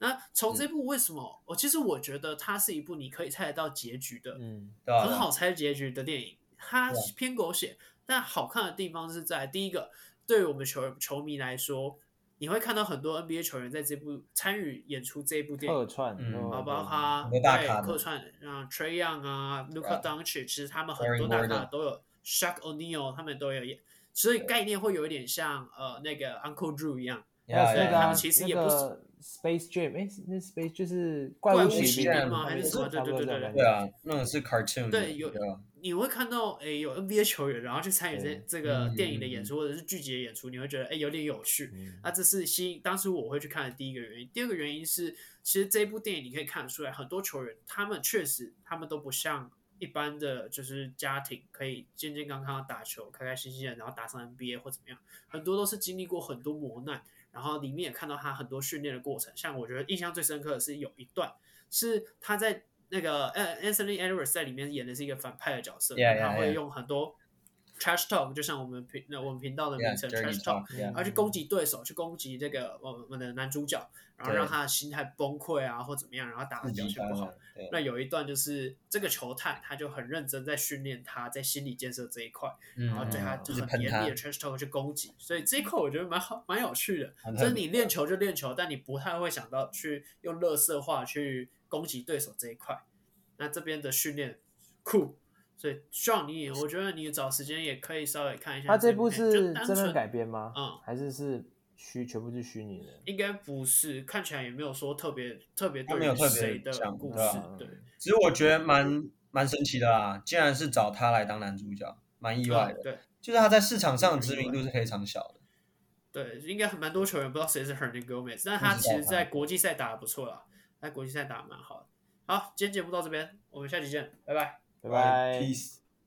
[SPEAKER 2] 那从
[SPEAKER 1] 嗯
[SPEAKER 2] 这部为什么？我、其实我觉得它是一部你可以猜得到结局的，
[SPEAKER 1] 嗯，
[SPEAKER 3] 对吧
[SPEAKER 2] 很好猜结局的电影。它
[SPEAKER 3] 对
[SPEAKER 2] 偏狗血，但好看的地方是在第一个，对于我们球球迷来说，你会看到很多 NBA 球员在这部参与演出这部电影
[SPEAKER 1] 客，串，
[SPEAKER 3] 嗯
[SPEAKER 1] 哦
[SPEAKER 2] 包括
[SPEAKER 1] 对
[SPEAKER 2] 他
[SPEAKER 3] 很
[SPEAKER 2] 对
[SPEAKER 3] 多大咖的
[SPEAKER 2] 客串，啊 Trey Young 啊，Luka Doncic，其实他们很
[SPEAKER 3] Aaron
[SPEAKER 2] 多大
[SPEAKER 3] Gordon
[SPEAKER 2] 咖都有，Shaq O'Neal 他们都有演，所以概念会有一点像呃那个 Uncle Drew 一样，
[SPEAKER 1] 还有
[SPEAKER 2] 对
[SPEAKER 1] 那个
[SPEAKER 2] 他
[SPEAKER 1] 啊
[SPEAKER 2] 们其实也
[SPEAKER 1] 那
[SPEAKER 2] 不是
[SPEAKER 1] 个 Space Jam，哎，那 Space 就是
[SPEAKER 2] 怪
[SPEAKER 1] 物
[SPEAKER 2] 物
[SPEAKER 1] 骑
[SPEAKER 3] 骑
[SPEAKER 1] 兵
[SPEAKER 3] 兵
[SPEAKER 1] 他
[SPEAKER 3] 吗
[SPEAKER 1] 们
[SPEAKER 2] 还是
[SPEAKER 1] 差不多
[SPEAKER 2] 什么对对
[SPEAKER 1] 这种
[SPEAKER 2] 对
[SPEAKER 1] 感觉
[SPEAKER 3] 对啊，那种是 cartoon，
[SPEAKER 2] 对有
[SPEAKER 3] 啊，
[SPEAKER 2] 你会看到诶、有 NBA 球员，然后去参与这
[SPEAKER 1] 对
[SPEAKER 2] 这个
[SPEAKER 3] 嗯
[SPEAKER 2] 电影的演出或者是剧集的演出，你会觉得诶、有点有趣。
[SPEAKER 1] 嗯
[SPEAKER 2] 那这是吸引当时我会去看的第一个原因。第二个原因是，其实这部电影你可以看得出来，很多球员他们确实他们都不像一般的就是家庭可以健健康康的打球，开开心心的，然后打上 NBA 或怎么样，很多都是经历过很多磨难。然后里面也看到他很多训练的过程，像我觉得印象最深刻的是有一段是他在那个呃 Anthony Edwards 在里面演的是一个反派的角色
[SPEAKER 3] Yeah, yeah,
[SPEAKER 2] 他会
[SPEAKER 3] yeah.
[SPEAKER 2] 用很多 trash talk，就像我们频那我们频道的名称 trash
[SPEAKER 3] ，dirty
[SPEAKER 2] talk，
[SPEAKER 3] talk，yeah，
[SPEAKER 2] 然后去攻击对手，去攻击这个我们的男主角，然后
[SPEAKER 3] 对
[SPEAKER 2] 让他的心态崩溃啊，或怎么样，然后打的
[SPEAKER 3] 自
[SPEAKER 2] 表
[SPEAKER 3] 己
[SPEAKER 2] 现
[SPEAKER 3] 当
[SPEAKER 2] 不好
[SPEAKER 3] 然。，对，
[SPEAKER 2] 那有一段就是这个球探，他就很认真在训练他在心理建设这一块，
[SPEAKER 3] 然
[SPEAKER 2] 然后对他嗯
[SPEAKER 3] 嗯就
[SPEAKER 2] 就是很
[SPEAKER 3] 喷
[SPEAKER 2] 严
[SPEAKER 3] 他
[SPEAKER 2] 厉的 trash talk 去攻击，所以这一块我觉得蛮好，蛮有趣的。
[SPEAKER 3] 很
[SPEAKER 2] 就是你练球就练球，但你不太会想到去用乐色化去攻击对手这一块。那这边的训练酷，所以希望你也，我觉得你找时间也可以稍微看一下。
[SPEAKER 1] 它这部
[SPEAKER 2] 部哎片就是单
[SPEAKER 1] 真人
[SPEAKER 2] 纯
[SPEAKER 1] 改编吗？
[SPEAKER 2] 嗯
[SPEAKER 1] 还是是虚全部是虚拟的？
[SPEAKER 2] 应该不是，看起来也没有说特别特别
[SPEAKER 3] 他没
[SPEAKER 2] 对
[SPEAKER 3] 有
[SPEAKER 2] 于
[SPEAKER 3] 特别
[SPEAKER 2] 谁的
[SPEAKER 3] 讲
[SPEAKER 2] 故
[SPEAKER 3] 对
[SPEAKER 2] 事
[SPEAKER 1] 啊，
[SPEAKER 2] 对，
[SPEAKER 3] 其实我觉得蛮蛮神奇的啦，竟然是找他来当男主角，蛮意外
[SPEAKER 2] 嗯
[SPEAKER 3] 的。
[SPEAKER 2] 对
[SPEAKER 3] 就是他在市场上的知名度是非常小的，
[SPEAKER 2] 对，应该很蛮多球员不知道谁是 Hernan Gomez，但他
[SPEAKER 3] 不知
[SPEAKER 2] 其
[SPEAKER 3] 道
[SPEAKER 2] 实
[SPEAKER 3] 他
[SPEAKER 2] 在国际赛打的不错啦，在国际赛打的蛮好的。好，今天节目到这边，我们下期见，拜拜。
[SPEAKER 1] 拜拜。
[SPEAKER 3] Peace。